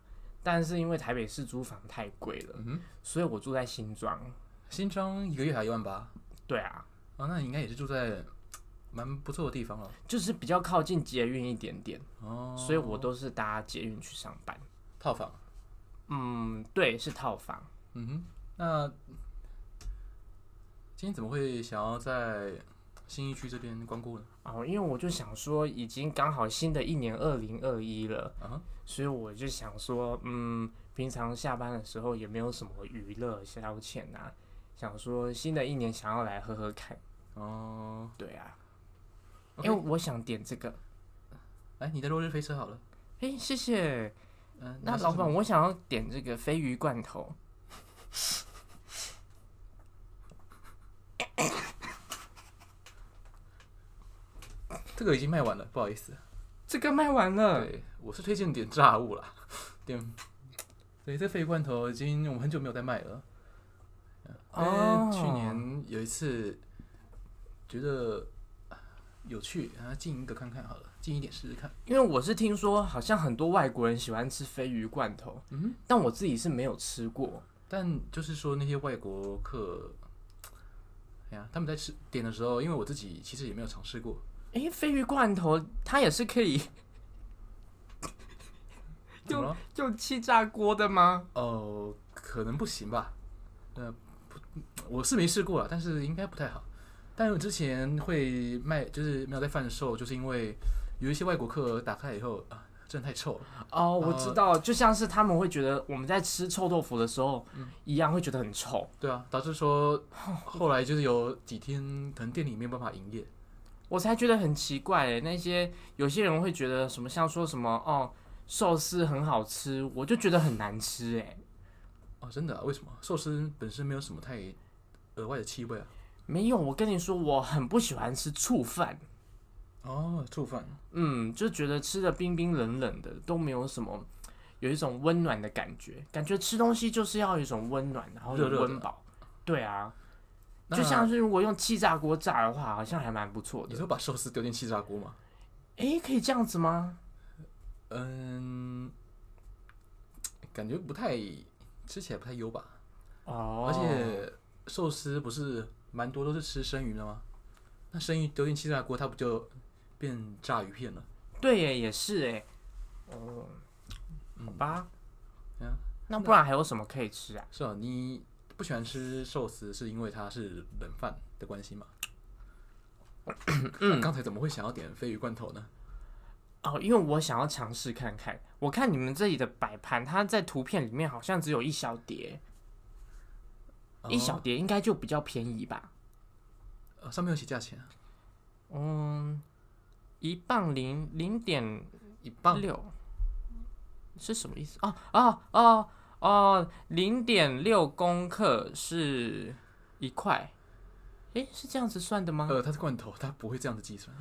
Speaker 1: 但是因为台北市租房太贵了，
Speaker 2: 嗯哼，
Speaker 1: 所以我住在新庄。
Speaker 2: 新庄一个月还一万八啊，
Speaker 1: 对啊，
Speaker 2: 那你应该也是住在蛮不错的地方了。
Speaker 1: 就是比较靠近捷运一点点，
Speaker 2: 哦，
Speaker 1: 所以我都是搭捷运去上班。
Speaker 2: 套房，
Speaker 1: 嗯，对，是套房。
Speaker 2: 嗯哼，那今天怎么会想要在新一区这边光顾呢？
Speaker 1: 哦，因为我就想说，已经刚好新的一年二零二一了，
Speaker 2: 啊哈，
Speaker 1: 所以我就想说，嗯，平常下班的时候也没有什么娱乐消遣啊，想说新的一年想要来喝喝看。
Speaker 2: 哦，
Speaker 1: 对啊，因
Speaker 2: OK
Speaker 1: 为我想点这个。
Speaker 2: 来，哎你的落日飞车好了。
Speaker 1: 哎、谢谢。
Speaker 2: 嗯、
Speaker 1: 那
Speaker 2: 是
Speaker 1: 老
Speaker 2: 什
Speaker 1: 板，
Speaker 2: 么
Speaker 1: 我想要点这个鲱鱼罐头。
Speaker 2: 这个已经卖完了，不好意思。
Speaker 1: 这个卖完了，
Speaker 2: 对，我是推荐点炸物啦，点。对，这鲱鱼罐头已经我们很久没有在卖了。
Speaker 1: 哦
Speaker 2: 因为去年有一次觉得有趣，然后进一个看看好了，进一点试试看。
Speaker 1: 因为我是听说好像很多外国人喜欢吃鲱鱼罐头，
Speaker 2: 嗯，
Speaker 1: 但我自己是没有吃过。
Speaker 2: 但就是说那些外国客啊，他们在吃点的时候，因为我自己其实也没有尝试过，
Speaker 1: 诶，鲱鱼罐头它也是可以
Speaker 2: 怎么了？
Speaker 1: 用气炸锅的吗？
Speaker 2: 哦，可能不行吧。呃，不，我是没试过了，但是应该不太好。但我之前会卖，就是没有在贩售，就是因为有一些外国客打开以后啊，真的太臭了。
Speaker 1: 哦，我知道，就像是他们会觉得我们在吃臭豆腐的时候，一样会觉得很臭。
Speaker 2: 对啊，导致说后来就是有几天可能店里没有办法营业。
Speaker 1: 我才觉得很奇怪诶，那些有些人会觉得什么，像说什么哦，寿司很好吃，我就觉得很难吃诶，
Speaker 2: 哦，真的、啊？为什么？寿司本身没有什么太额外的气味啊。
Speaker 1: 没有，我跟你说，我很不喜欢吃醋饭，
Speaker 2: 哦，醋饭。
Speaker 1: 嗯，就觉得吃的冰冰冷冷的，都没有什么，有一种温暖的感觉。感觉吃东西就是要有一种温暖，然后有
Speaker 2: 热热的
Speaker 1: 温饱。对啊，
Speaker 2: 那
Speaker 1: 就像是如果用气炸锅炸的话，好像还蛮不错
Speaker 2: 你
Speaker 1: 的。
Speaker 2: 说把寿司丢进气炸锅吗？
Speaker 1: 诶，可以这样子吗？
Speaker 2: 嗯，感觉不太，吃起来不太优吧。
Speaker 1: 哦，
Speaker 2: 而且寿司不是蛮多都是吃生鱼的吗？那生鱼丢进气炸锅，它不就变炸鱼片了？
Speaker 1: 对耶，也是诶。哦，好吧，
Speaker 2: 嗯
Speaker 1: 那不然还有什么可以吃啊？
Speaker 2: 是啊，你不喜欢吃寿司是因为它是冷饭的关系吗？那刚才怎么会想要点鲱鱼罐头呢？
Speaker 1: 哦，因为我想要尝试看看。我看你们这里的摆盘，它在图片里面好像只有一小碟，嗯一小碟应该就比较便宜吧？
Speaker 2: 呃，哦上面有写价钱啊，
Speaker 1: 嗯，一磅零零点
Speaker 2: 一磅
Speaker 1: 六是什么意思？哦哦哦哦，零点六公克是一块。诶，是这样子算的吗？
Speaker 2: 呃，它是罐头，它不会这样子计算。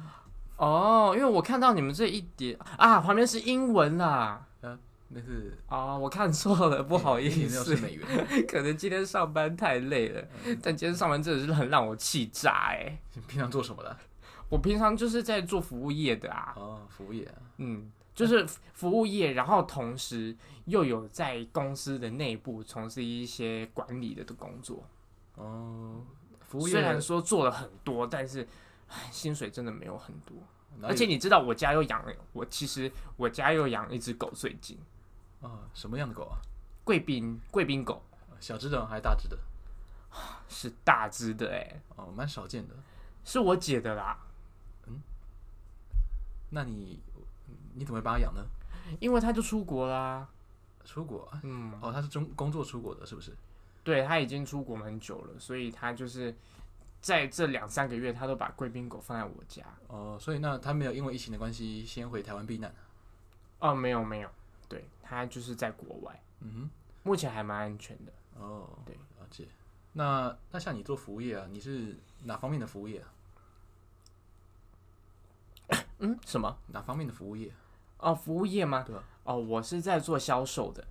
Speaker 1: 哦，因为我看到你们这一碟啊，旁边是英文啦。
Speaker 2: 那是
Speaker 1: 哦，我看错了，不好意
Speaker 2: 一点六是
Speaker 1: 思。
Speaker 2: 美元，
Speaker 1: 可能今天上班太累了，但今天上班真的是很让我气炸哎、
Speaker 2: 你平常做什么的啊？
Speaker 1: 我平常就是在做服务业的啊，
Speaker 2: 哦，服务业啊，
Speaker 1: 嗯，就是服服务业，然后同时又有在公司的内部从事一些管理的工作。
Speaker 2: 哦，服务业
Speaker 1: 虽，然说做了很多，但是唉薪水真的没有很多。
Speaker 2: 哪
Speaker 1: 而且
Speaker 2: 里
Speaker 1: 你知道，我家又养了，我其实我家又养一只狗，最近
Speaker 2: 哦，什么样的狗啊？
Speaker 1: 贵宾贵宾狗
Speaker 2: 小只的还是大只的？
Speaker 1: 是大只的哎、
Speaker 2: 哦，蛮少见的。
Speaker 1: 是我姐的啦，
Speaker 2: 那你你怎么会把它养呢？
Speaker 1: 因为她就出国啦，
Speaker 2: 出国？
Speaker 1: 嗯。
Speaker 2: 哦，他是中工作出国的，是不是？
Speaker 1: 对他已经出国很久了，所以他就是在这两三个月，他都把贵宾狗放在我家。
Speaker 2: 哦，所以那他没有因为疫情的关系先回台湾避难。
Speaker 1: 哦，没有没有，对他就是在国外，
Speaker 2: 嗯
Speaker 1: 目前还蛮安全的。
Speaker 2: 哼，哦，
Speaker 1: 对，
Speaker 2: 了解。那那像你做服务业啊，你是哪方面的服务业啊？
Speaker 1: 嗯，什么？
Speaker 2: 哪方面的服务业？
Speaker 1: 哦，服务业吗？
Speaker 2: 对啊
Speaker 1: 哦，我是在做销售的，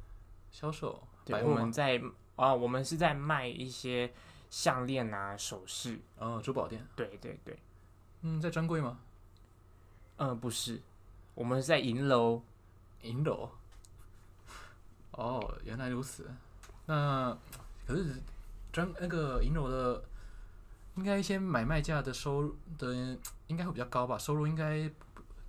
Speaker 2: 销售？
Speaker 1: 对，
Speaker 2: 百
Speaker 1: 我
Speaker 2: 货
Speaker 1: 们
Speaker 2: 吗？
Speaker 1: 在哦，我们是在卖一些项链啊、首饰。
Speaker 2: 哦，珠宝店。
Speaker 1: 对对对，
Speaker 2: 嗯，在专柜吗？
Speaker 1: 嗯、不是，我们是在银楼。
Speaker 2: 银楼。哦，原来如此。那可是专那个银楼的，应该一些买卖价的收入的应该会比较高吧？收入应该应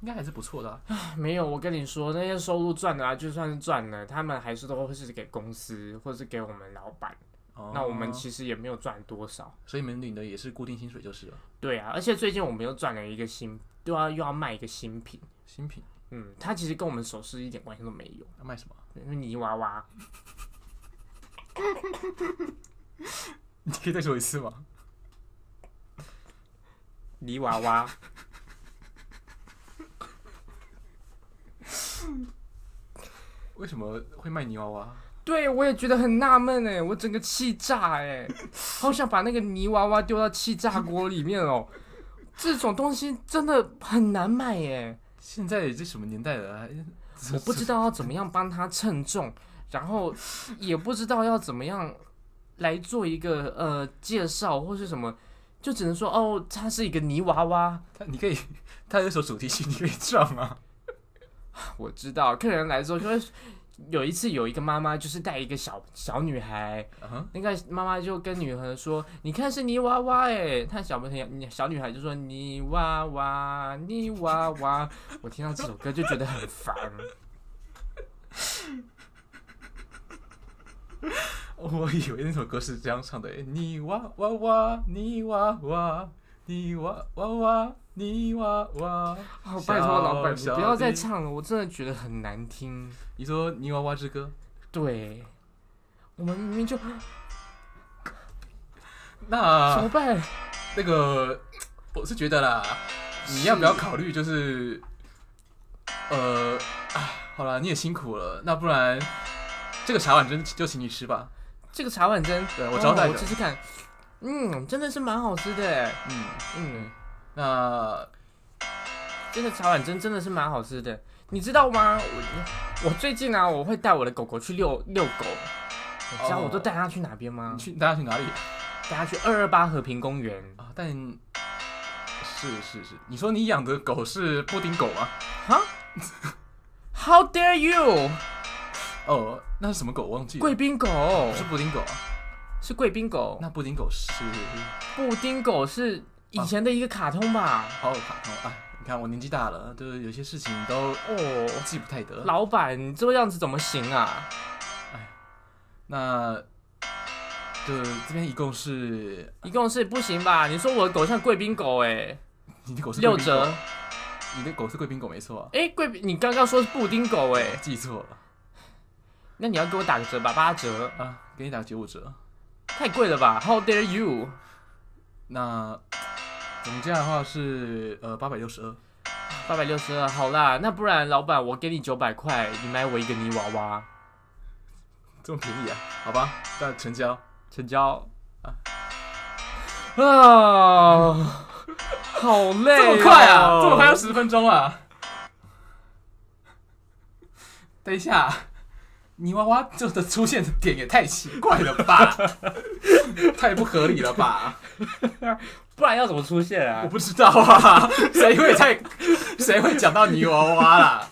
Speaker 2: 该还是不错的、啊。
Speaker 1: 没有，我跟你说，那些收入赚的啊，就算是赚了，他们还是都会是给公司或者是给我们老板。
Speaker 2: 哦
Speaker 1: 那我们其实也没有赚多少，
Speaker 2: 所以你们领的也是固定薪水就是了。
Speaker 1: 对啊，而且最近我们又赚了一个新，又要又要卖一个新品，
Speaker 2: 新品
Speaker 1: 嗯，它其实跟我们首饰一点关系都没有，
Speaker 2: 啊要卖什么？
Speaker 1: 因为泥娃娃，
Speaker 2: 你可以再说一次吗？
Speaker 1: 泥娃娃，
Speaker 2: 为什么会卖泥娃娃？
Speaker 1: 对我也觉得很纳闷哎，我整个气炸哎，好想把那个泥娃娃丢到气炸锅里面哦， 这种东西真的很难卖哎，
Speaker 2: 现在这什么年代了？还啊
Speaker 1: 我不知道要怎么样帮它称重，然后也不知道要怎么样来做一个呃介绍或是什么，就只能说哦，它是一个泥娃娃。
Speaker 2: 他你可以， 他有一首主题曲，你可以唱啊。
Speaker 1: 我知道，客人来之后就会有一次有一个妈妈就是带一个小小女孩，
Speaker 2: 嗯哼，
Speaker 1: 那个妈妈就跟女孩说：“你看是泥娃娃哎。”她小朋友小女孩就说：“泥娃娃，泥娃娃。”我听到这首歌就觉得很烦。
Speaker 2: 我以为那首歌是这样唱的，诶你哇哇哇，你哇哇，你哇哇哇，你哇哇。
Speaker 1: 哦，拜托老板，你
Speaker 2: 小
Speaker 1: 不要再
Speaker 2: 弟
Speaker 1: 唱了，我真的觉得很难听。
Speaker 2: 你说泥娃娃之歌，
Speaker 1: 对，我们明明就、怎么
Speaker 2: 那
Speaker 1: 办？
Speaker 2: 那个我是觉得啦，你要不要考虑就是，呃，啊，好了，你也辛苦了，那不然这个茶碗蒸就请你吃吧。
Speaker 1: 这个茶碗蒸，
Speaker 2: 对我
Speaker 1: 哦
Speaker 2: 招待
Speaker 1: 我
Speaker 2: 的
Speaker 1: 试试看。嗯，真的是蛮好吃的。
Speaker 2: 嗯，
Speaker 1: 嗯，
Speaker 2: 那
Speaker 1: 这个茶碗蒸真的是蛮好吃的，你知道吗？我我最近啊，我会带我的狗狗去遛遛狗。你知道
Speaker 2: 哦
Speaker 1: 我都带它去哪边吗
Speaker 2: 你？去大家去哪里
Speaker 1: 带它去二二八和平公园。
Speaker 2: 啊？但是是是，你说你养的狗是布丁狗吗？
Speaker 1: 哈 ？How dare you！
Speaker 2: 哦，那是什么狗？忘记了。
Speaker 1: 贵宾狗
Speaker 2: 不是布丁狗啊？
Speaker 1: 是贵宾狗，
Speaker 2: 那布丁狗是
Speaker 1: 布丁狗是以前的一个卡通吧？
Speaker 2: 好有卡通哎，你看我年纪大了，就是有些事情都
Speaker 1: 哦，
Speaker 2: 记不太得。
Speaker 1: 老板，你这样子怎么行啊？
Speaker 2: 那就这边一共是
Speaker 1: 一共是不行吧？你说我的狗像贵宾狗哎、
Speaker 2: 你的狗是贵
Speaker 1: 六
Speaker 2: 宾狗
Speaker 1: 折，
Speaker 2: 你的狗是贵宾狗没错啊，
Speaker 1: 哎、贵宾，你刚刚说是布丁狗哎、
Speaker 2: 记错了
Speaker 1: 那你要给我打个折吧，八折，
Speaker 2: 啊，给你打九五折。
Speaker 1: 太贵了吧？How dare you！
Speaker 2: 那总价的话是呃八百六十二，
Speaker 1: 八百六十二，好啦，那不然老板我给你九百块，你买我一个泥娃娃，
Speaker 2: 这么便宜啊？好吧，那成交。
Speaker 1: 成交。啊， 好累、哦
Speaker 2: 这么快啊？这么快要？十分钟啊？等一下，泥娃娃这的出现的点也太奇怪了 吧？太不合理了吧？
Speaker 1: 不然要怎么出现啊
Speaker 2: 我？不知道啊， 谁会在谁会讲到泥娃娃啦？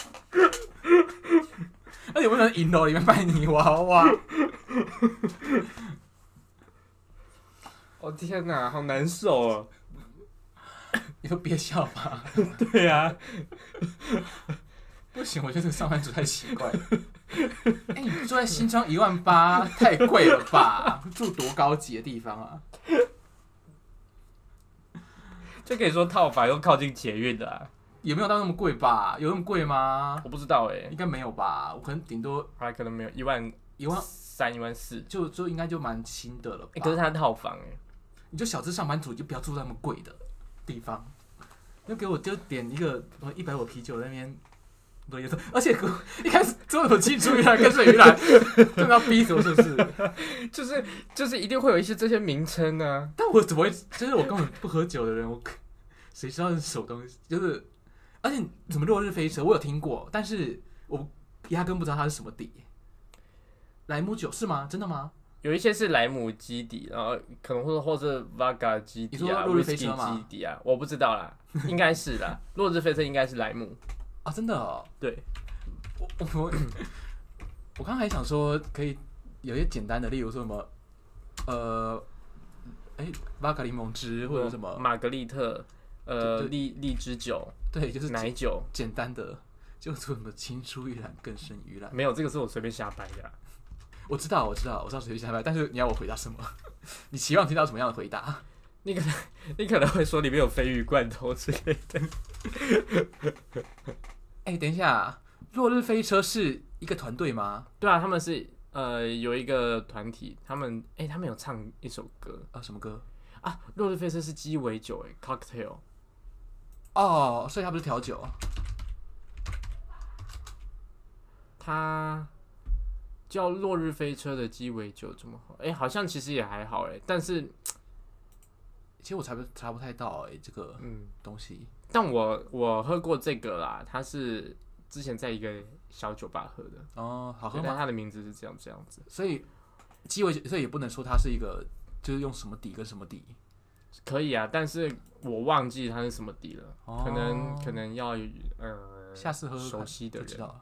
Speaker 2: 而且不能银楼里面卖泥娃娃，
Speaker 1: 哦天哪，好难受哦。
Speaker 2: 你说别笑吧。
Speaker 1: 对啊，
Speaker 2: 不行，我觉得这个上班族太奇 怪了。哎、你住在新庄一万八，太贵了吧？住多高级的地方啊？
Speaker 1: 就可以说套房又靠近捷运的、啊，
Speaker 2: 也没有到那么贵吧？有那么贵吗？
Speaker 1: 我不知道哎、
Speaker 2: 应该没有吧？我可能顶多
Speaker 1: 还可能没有一万
Speaker 2: 一万，
Speaker 1: 三、一万四。
Speaker 2: 就就应该就蛮新的了吧？
Speaker 1: 欸可是他套房哎、
Speaker 2: 你就小资上班族，你就不要住那么贵的地方。要给我就点一个什么一百五啤酒在那边，不也是？而且我一开始做有记住鱼来跟水鱼来， 真的要逼死我是不是？
Speaker 1: 就是就是一定会有一些这些名称啊呢、
Speaker 2: 但我怎么会？就是我根本不喝酒的人，我谁知道是什么东西？就是，而且怎么落日飞车，我有听过，但是我压根不知道它是什么底。莱姆酒是吗？真的吗？
Speaker 1: 有一些是莱姆基底，然后可能或或是 Vaga 基底啊、
Speaker 2: 你说落日飞
Speaker 1: Whisky
Speaker 2: 车吗
Speaker 1: 基底啊，我不知道 啦，应该是啦。落日飞车应该是莱姆，
Speaker 2: 啊，真的哦。
Speaker 1: 对，
Speaker 2: 我我我我刚还想说可以有一些简单的，例如说什么，呃，哎、巴卡柠檬汁
Speaker 1: 嗯
Speaker 2: 或者什么，
Speaker 1: 玛格丽特，呃，
Speaker 2: 对对
Speaker 1: 荔荔枝酒、
Speaker 2: 对，就是
Speaker 1: 奶酒，
Speaker 2: 简单的，就说什么青出于蓝更胜于蓝。
Speaker 1: 没有这个是我随便瞎掰的啦。
Speaker 2: 我知道，我知道，我知道谁去下班，但是你要我回答什么？ 你期望听到什么样的回答？
Speaker 1: 你可能会说里面有鲱鱼罐头之类 的，
Speaker 2: 哎、等一下，落日飞车是一个团队吗？
Speaker 1: 对啊，他们是呃有一个团体，他们哎、他们有唱一首歌
Speaker 2: 啊，什么歌？
Speaker 1: 啊，落日飞车是鸡尾酒哎、c o c k t a i l
Speaker 2: 哦，所以他不是调酒，
Speaker 1: 它叫落日飞车的鸡尾酒这么好？哎、好像其实也还好哎、但是
Speaker 2: 其实我查不查不太到哎、这个
Speaker 1: 嗯，
Speaker 2: 东西。
Speaker 1: 但我我喝过这个啦，它是之前在一个小酒吧喝的，
Speaker 2: 哦，好喝
Speaker 1: 对但
Speaker 2: 吗？
Speaker 1: 它的名字是这样这样子，
Speaker 2: 所以鸡尾酒，所以也不能说它是一个，就是用什么底跟什么底。
Speaker 1: 可以啊，但是我忘记它是什么底了，
Speaker 2: 哦
Speaker 1: 可能可能要呃
Speaker 2: 下次喝喝看
Speaker 1: 熟悉的
Speaker 2: 就知道
Speaker 1: 人，
Speaker 2: 了。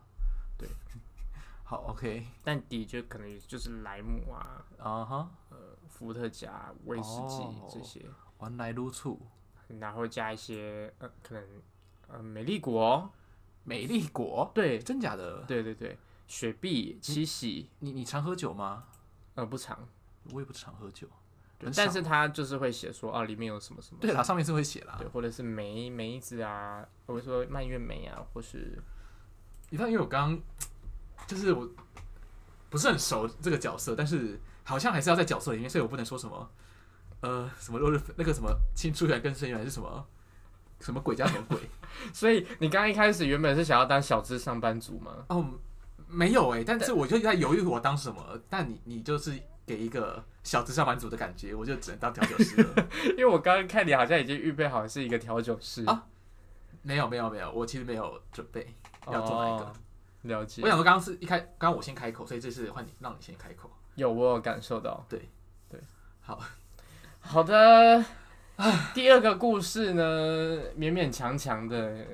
Speaker 1: 对，
Speaker 2: 好，OK，
Speaker 1: 但的确可能也就是莱姆啊、
Speaker 2: 啊哈，
Speaker 1: 伏特加啊、威士忌
Speaker 2: 哦
Speaker 1: 这些，
Speaker 2: 原来如此，
Speaker 1: 然后加一些呃，可能呃美丽果，
Speaker 2: 美丽果，哎
Speaker 1: 对
Speaker 2: 真假的？嗯
Speaker 1: 对对对，雪碧、七喜，
Speaker 2: 你你常喝酒吗？
Speaker 1: 呃不长，
Speaker 2: 我也不常喝酒，
Speaker 1: 对
Speaker 2: 很
Speaker 1: 但
Speaker 2: 少
Speaker 1: 是它就是会写说啊里面有什么什么，
Speaker 2: 对啦，上面是会写啦
Speaker 1: 对，。或者是梅梅子啊，或者说蔓越莓啊，或是
Speaker 2: 你知道，因为我刚刚就是我不是很熟这个角色，但是好像还是要在角色里面，所以我不能说什么呃什么落日那个什么青出于蓝更深远还是什么什么鬼加什 么鬼
Speaker 1: 所以你刚刚一开始原本是想要当小资上班族吗？
Speaker 2: 哦，没有哎、但是我就在犹豫我当什么，但你你就是给一个小资上班族的感觉，我就只能当调酒师 了。
Speaker 1: 因为我刚刚看你好像已经预备好是一个调酒师
Speaker 2: 啊没有没有没有，我其实没有准备要做哪一个。
Speaker 1: 哦了解
Speaker 2: 我，想说，刚刚是一开，刚刚我先开口，所以这次换你，让你先开口。
Speaker 1: 有我有感受到。
Speaker 2: 对，
Speaker 1: 对，
Speaker 2: 好，
Speaker 1: 好的。第二个故事呢，勉勉强强的，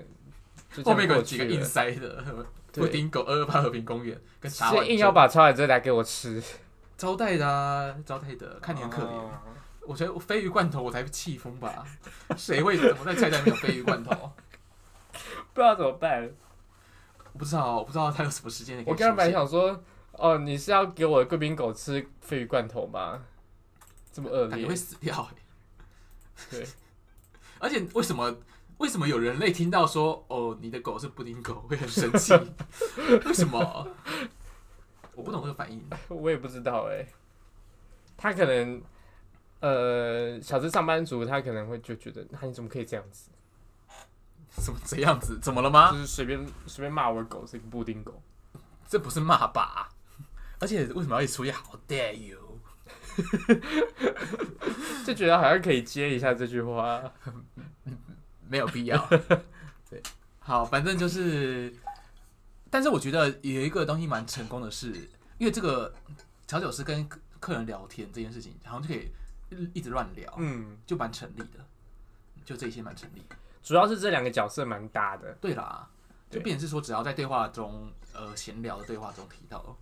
Speaker 1: 就这
Speaker 2: 后
Speaker 1: 样
Speaker 2: 面有
Speaker 1: 过
Speaker 2: 几个
Speaker 1: 去
Speaker 2: 硬
Speaker 1: 了
Speaker 2: 塞的，
Speaker 1: 对
Speaker 2: 布丁狗二二八和平公园跟茶
Speaker 1: 是
Speaker 2: 碗
Speaker 1: 硬要
Speaker 2: 蒸
Speaker 1: 把超海这来给我吃，
Speaker 2: 招待的、啊，招待的， 看你很可怜。
Speaker 1: 哦
Speaker 2: 我觉得我鲱鱼罐头我才气疯吧， 谁会怎么在菜单没有鲱鱼罐头？
Speaker 1: 不知道怎么办。
Speaker 2: 我不知道，我不知道它有什么时间可以
Speaker 1: 我
Speaker 2: 出
Speaker 1: 刚
Speaker 2: 现。
Speaker 1: 刚本来想说，哦，你是要给我贵宾狗吃鲱鱼罐头吗？这么恶
Speaker 2: 感
Speaker 1: 劣
Speaker 2: 觉会，死掉、欸。
Speaker 1: 对，
Speaker 2: 而且为什么为什么有人类听到说哦你的狗是布丁狗会很 生气？为什么？我不懂这个反应。
Speaker 1: 我也不知道哎、他可能，呃，小资上班族，他可能会就觉得，那、你怎么可以这样子？
Speaker 2: 怎么这样子？怎么了吗
Speaker 1: 就？是随便随便骂我的狗是一个布丁狗，
Speaker 2: 这不是骂吧？而且为什么要一直出现 “How dare you”？
Speaker 1: 就觉得好像可以接一下这句 话。
Speaker 2: 没有必 要。对，好，反正就是，但是我觉得有一个东西蛮成功的是，因为这个调酒师跟客客人聊天这件事情，好像就可以一直乱聊，
Speaker 1: 嗯，
Speaker 2: 就蛮成立的。就这一些蛮成立的。
Speaker 1: 主要是这两个角色蛮搭的，
Speaker 2: 对啦，就
Speaker 1: 对
Speaker 2: 变成是说，只要在对话中，呃，闲聊的对话中提到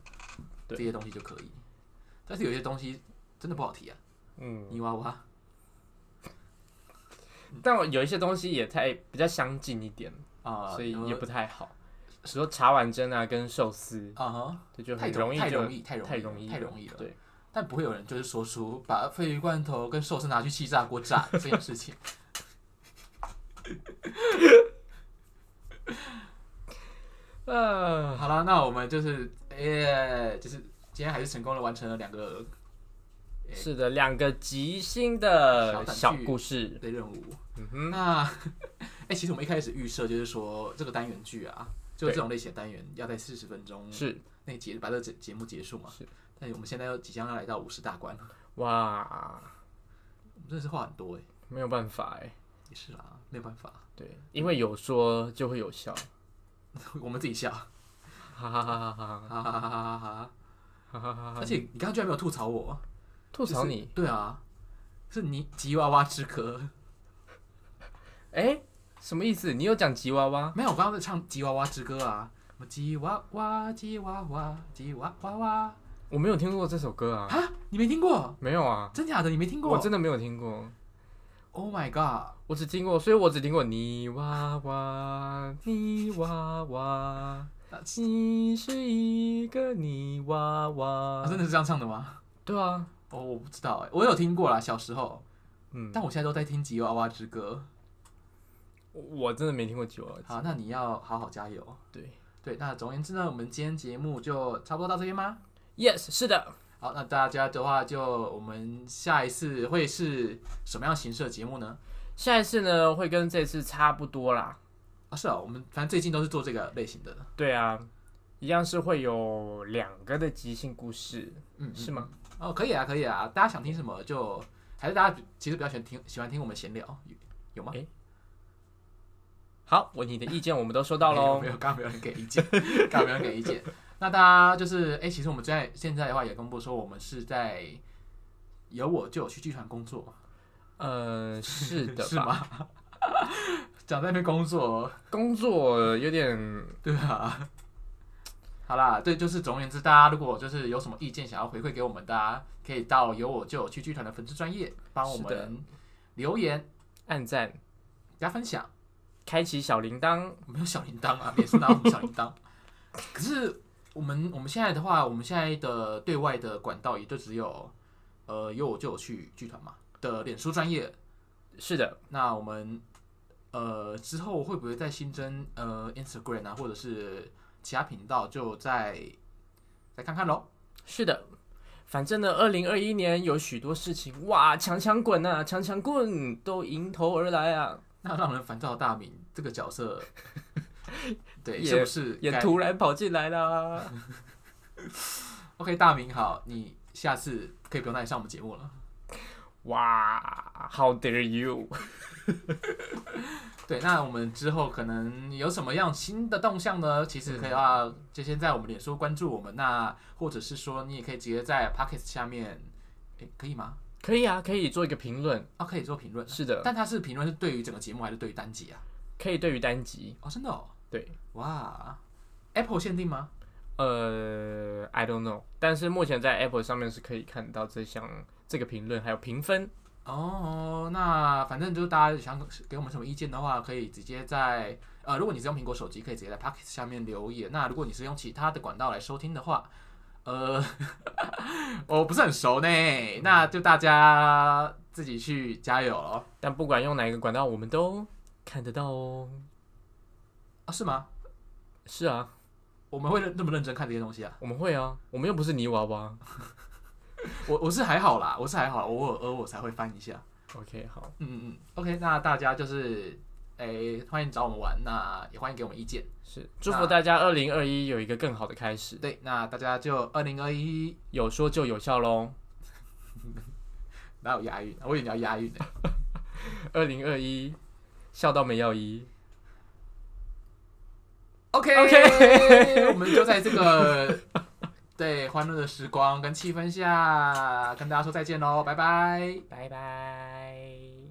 Speaker 2: 这
Speaker 1: 对
Speaker 2: 些东西就可以。但是有些东西真的不好提啊，
Speaker 1: 嗯，
Speaker 2: 泥娃娃。
Speaker 1: 但我有一些东西也太比较相近一点，
Speaker 2: 啊、
Speaker 1: 所以也不
Speaker 2: 呃
Speaker 1: 太好。比如说茶碗蒸啊，跟寿司，
Speaker 2: 啊哈，
Speaker 1: 这就
Speaker 2: 太
Speaker 1: 很
Speaker 2: 容
Speaker 1: 易就
Speaker 2: 太容易太容易
Speaker 1: 太容易
Speaker 2: 太容易了
Speaker 1: 对，
Speaker 2: 但不会有人就是说出把鲱鱼罐头跟寿司拿去气炸 锅炸这件事情。
Speaker 1: 呃，
Speaker 2: 好了，那我们就是，诶、就是今天还是成功的完成了两个
Speaker 1: 是的，两个即兴的小故事，
Speaker 2: 的任务。
Speaker 1: 嗯哼，
Speaker 2: 那，哎、其实我们一开始预设就是说这个单元剧啊，就
Speaker 1: 对
Speaker 2: 这种类型的单元要在四十分钟
Speaker 1: 是
Speaker 2: 内结把这个节节目结束嘛。
Speaker 1: 是。
Speaker 2: 但我们现在要即将要来到五十大关了，
Speaker 1: 哇，
Speaker 2: 我们真的是话很多哎、
Speaker 1: 没有办法哎，
Speaker 2: 也是啦，没有办法，
Speaker 1: 对，因为有说就会有笑，
Speaker 2: 我们自己笑，
Speaker 1: 哈哈哈哈哈
Speaker 2: 哈哈哈哈哈哈。
Speaker 1: 哈哈 哈哈
Speaker 2: 而，且你刚刚居然没有吐槽我。
Speaker 1: 吐槽
Speaker 2: 就是
Speaker 1: 你，
Speaker 2: 对啊，是你吉娃娃之歌。
Speaker 1: 哎，什么意思？你有讲吉娃娃？
Speaker 2: 没有，我刚刚在唱吉娃娃之歌啊，什么吉娃娃、吉娃娃、吉娃娃
Speaker 1: 啊
Speaker 2: 娃
Speaker 1: 我没有听过这首歌啊，
Speaker 2: 啊，你没听过？
Speaker 1: 没有啊，
Speaker 2: 真假的，你没听过？
Speaker 1: 我真的没有听过。
Speaker 2: ，Oh my god！
Speaker 1: 我只听过，所以我只听过泥娃娃，泥娃娃，
Speaker 2: 那是
Speaker 1: 你是一个泥娃
Speaker 2: 啊
Speaker 1: 娃。
Speaker 2: 真的是这样唱的吗？
Speaker 1: 对啊，
Speaker 2: 哦，我不知道哎、我有听过啦，小时候，
Speaker 1: 嗯，
Speaker 2: 但我现在都在听吉娃娃之歌。
Speaker 1: 我我真的没听过吉娃娃。
Speaker 2: 好，那你要好好加油。
Speaker 1: 对
Speaker 2: 对，那总而言之呢，我们今天节目就差不多到这边吗？
Speaker 1: ，Yes，是的，
Speaker 2: 好，那大家的话就我们下一次会是什么样形式的节目呢？
Speaker 1: 下一次呢会跟这次差不多啦。
Speaker 2: 啊，是啊，我们反正最近都是做这个类型的。
Speaker 1: 对啊，一样是会有两个的即兴故事，
Speaker 2: 嗯，
Speaker 1: 是吗？
Speaker 2: 哦，可以啊，可以啊，大家想听什么就还是大家比其实比较喜欢听喜欢听我们闲聊，有有吗？
Speaker 1: 诶好，我你的意见我们都收到
Speaker 2: 没有
Speaker 1: 喽
Speaker 2: 没。有，刚刚没有人给意见， 刚刚没有人给意见。那大家就是，哎、其实我们在现在的话也公布说，我们是在有我就有去剧团工作，
Speaker 1: 呃，是的
Speaker 2: 是
Speaker 1: 吧？
Speaker 2: 吗？讲在那边工作，
Speaker 1: 工作有点
Speaker 2: 对啊，好啦，对，就是总而言之，大家如果就是有什么意见想要回馈给我们，大家可以到有我就有去剧团的粉丝专业帮我
Speaker 1: 是的
Speaker 2: 们留言
Speaker 1: 按赞，
Speaker 2: 加分享。
Speaker 1: 开启小铃铛，
Speaker 2: 没有小铃铛啊，每次拿我们小铃铛。可是我们我们现在的话，我们现在的对外的管道也就只有呃有我就有去剧团嘛的脸书专业。
Speaker 1: 是的，
Speaker 2: 那我们呃之后会不会再新增呃 Instagram 啊，或者是其他频道，就再再看看喽。
Speaker 1: 是的。反正呢，二零二一年有许多事情，哇，强强滚啊，强强棍都迎头而来啊，
Speaker 2: 那让人烦躁的大明这个 角色，对，
Speaker 1: 也
Speaker 2: 是不是
Speaker 1: 也
Speaker 2: 该
Speaker 1: 突然跑进来啦。
Speaker 2: OK？大明好，你下次可以不用再上我们节目了。
Speaker 1: 哇，How dare you！
Speaker 2: 对，那我们之后可能有什么样新的动向呢？其实可以
Speaker 1: 嗯
Speaker 2: 啊，就先在我们脸书关注我们，那或者是说你也可以直接在 Pocket 下面，诶，可以吗？
Speaker 1: 可以啊，可以做一个评论，
Speaker 2: 啊，可以做评论，
Speaker 1: 是的，
Speaker 2: 但它是评论是对于整个节目还是对于单集啊？
Speaker 1: 可以对于单集，
Speaker 2: 哦，真的哦，
Speaker 1: 对，
Speaker 2: 哇，Apple 限定吗？
Speaker 1: 呃，I don't know，但是目前在 Apple 上面是可以看到这项这个评论还有评分，
Speaker 2: 哦，那反正就是大家想给我们什么意见的话，可以直接在呃，如果你是用苹果手机，可以直接在 Pocket 下面留言。那如果你是用其他的管道来收听的话，呃， 我不是很熟呢，那就大家自己去加油咯。
Speaker 1: 但不管用哪一个管道，我们都看得到哦。
Speaker 2: 啊，是吗？
Speaker 1: 是啊，
Speaker 2: 我们会认那么认真看这些东西啊？
Speaker 1: 我们会啊，我们又不是泥娃娃。
Speaker 2: 我我是还好啦，我是还好啦，偶尔偶尔我才会翻一下。
Speaker 1: OK，好，
Speaker 2: 嗯嗯嗯，OK，那大家就是诶、欢迎找我们玩，那也欢迎给我们意见。
Speaker 1: 是祝福大家二零二一有一个更好的开始，
Speaker 2: 对，那大家就二零二一
Speaker 1: 有说就有笑喽。
Speaker 2: 哪有押韵？啊我以为你要押韵呢。
Speaker 1: 二零二一，笑到没药医。
Speaker 2: OK
Speaker 1: OK
Speaker 2: 我们就在这个对欢乐的时光跟气氛下，跟大家说再见喽，拜拜。
Speaker 1: 拜拜。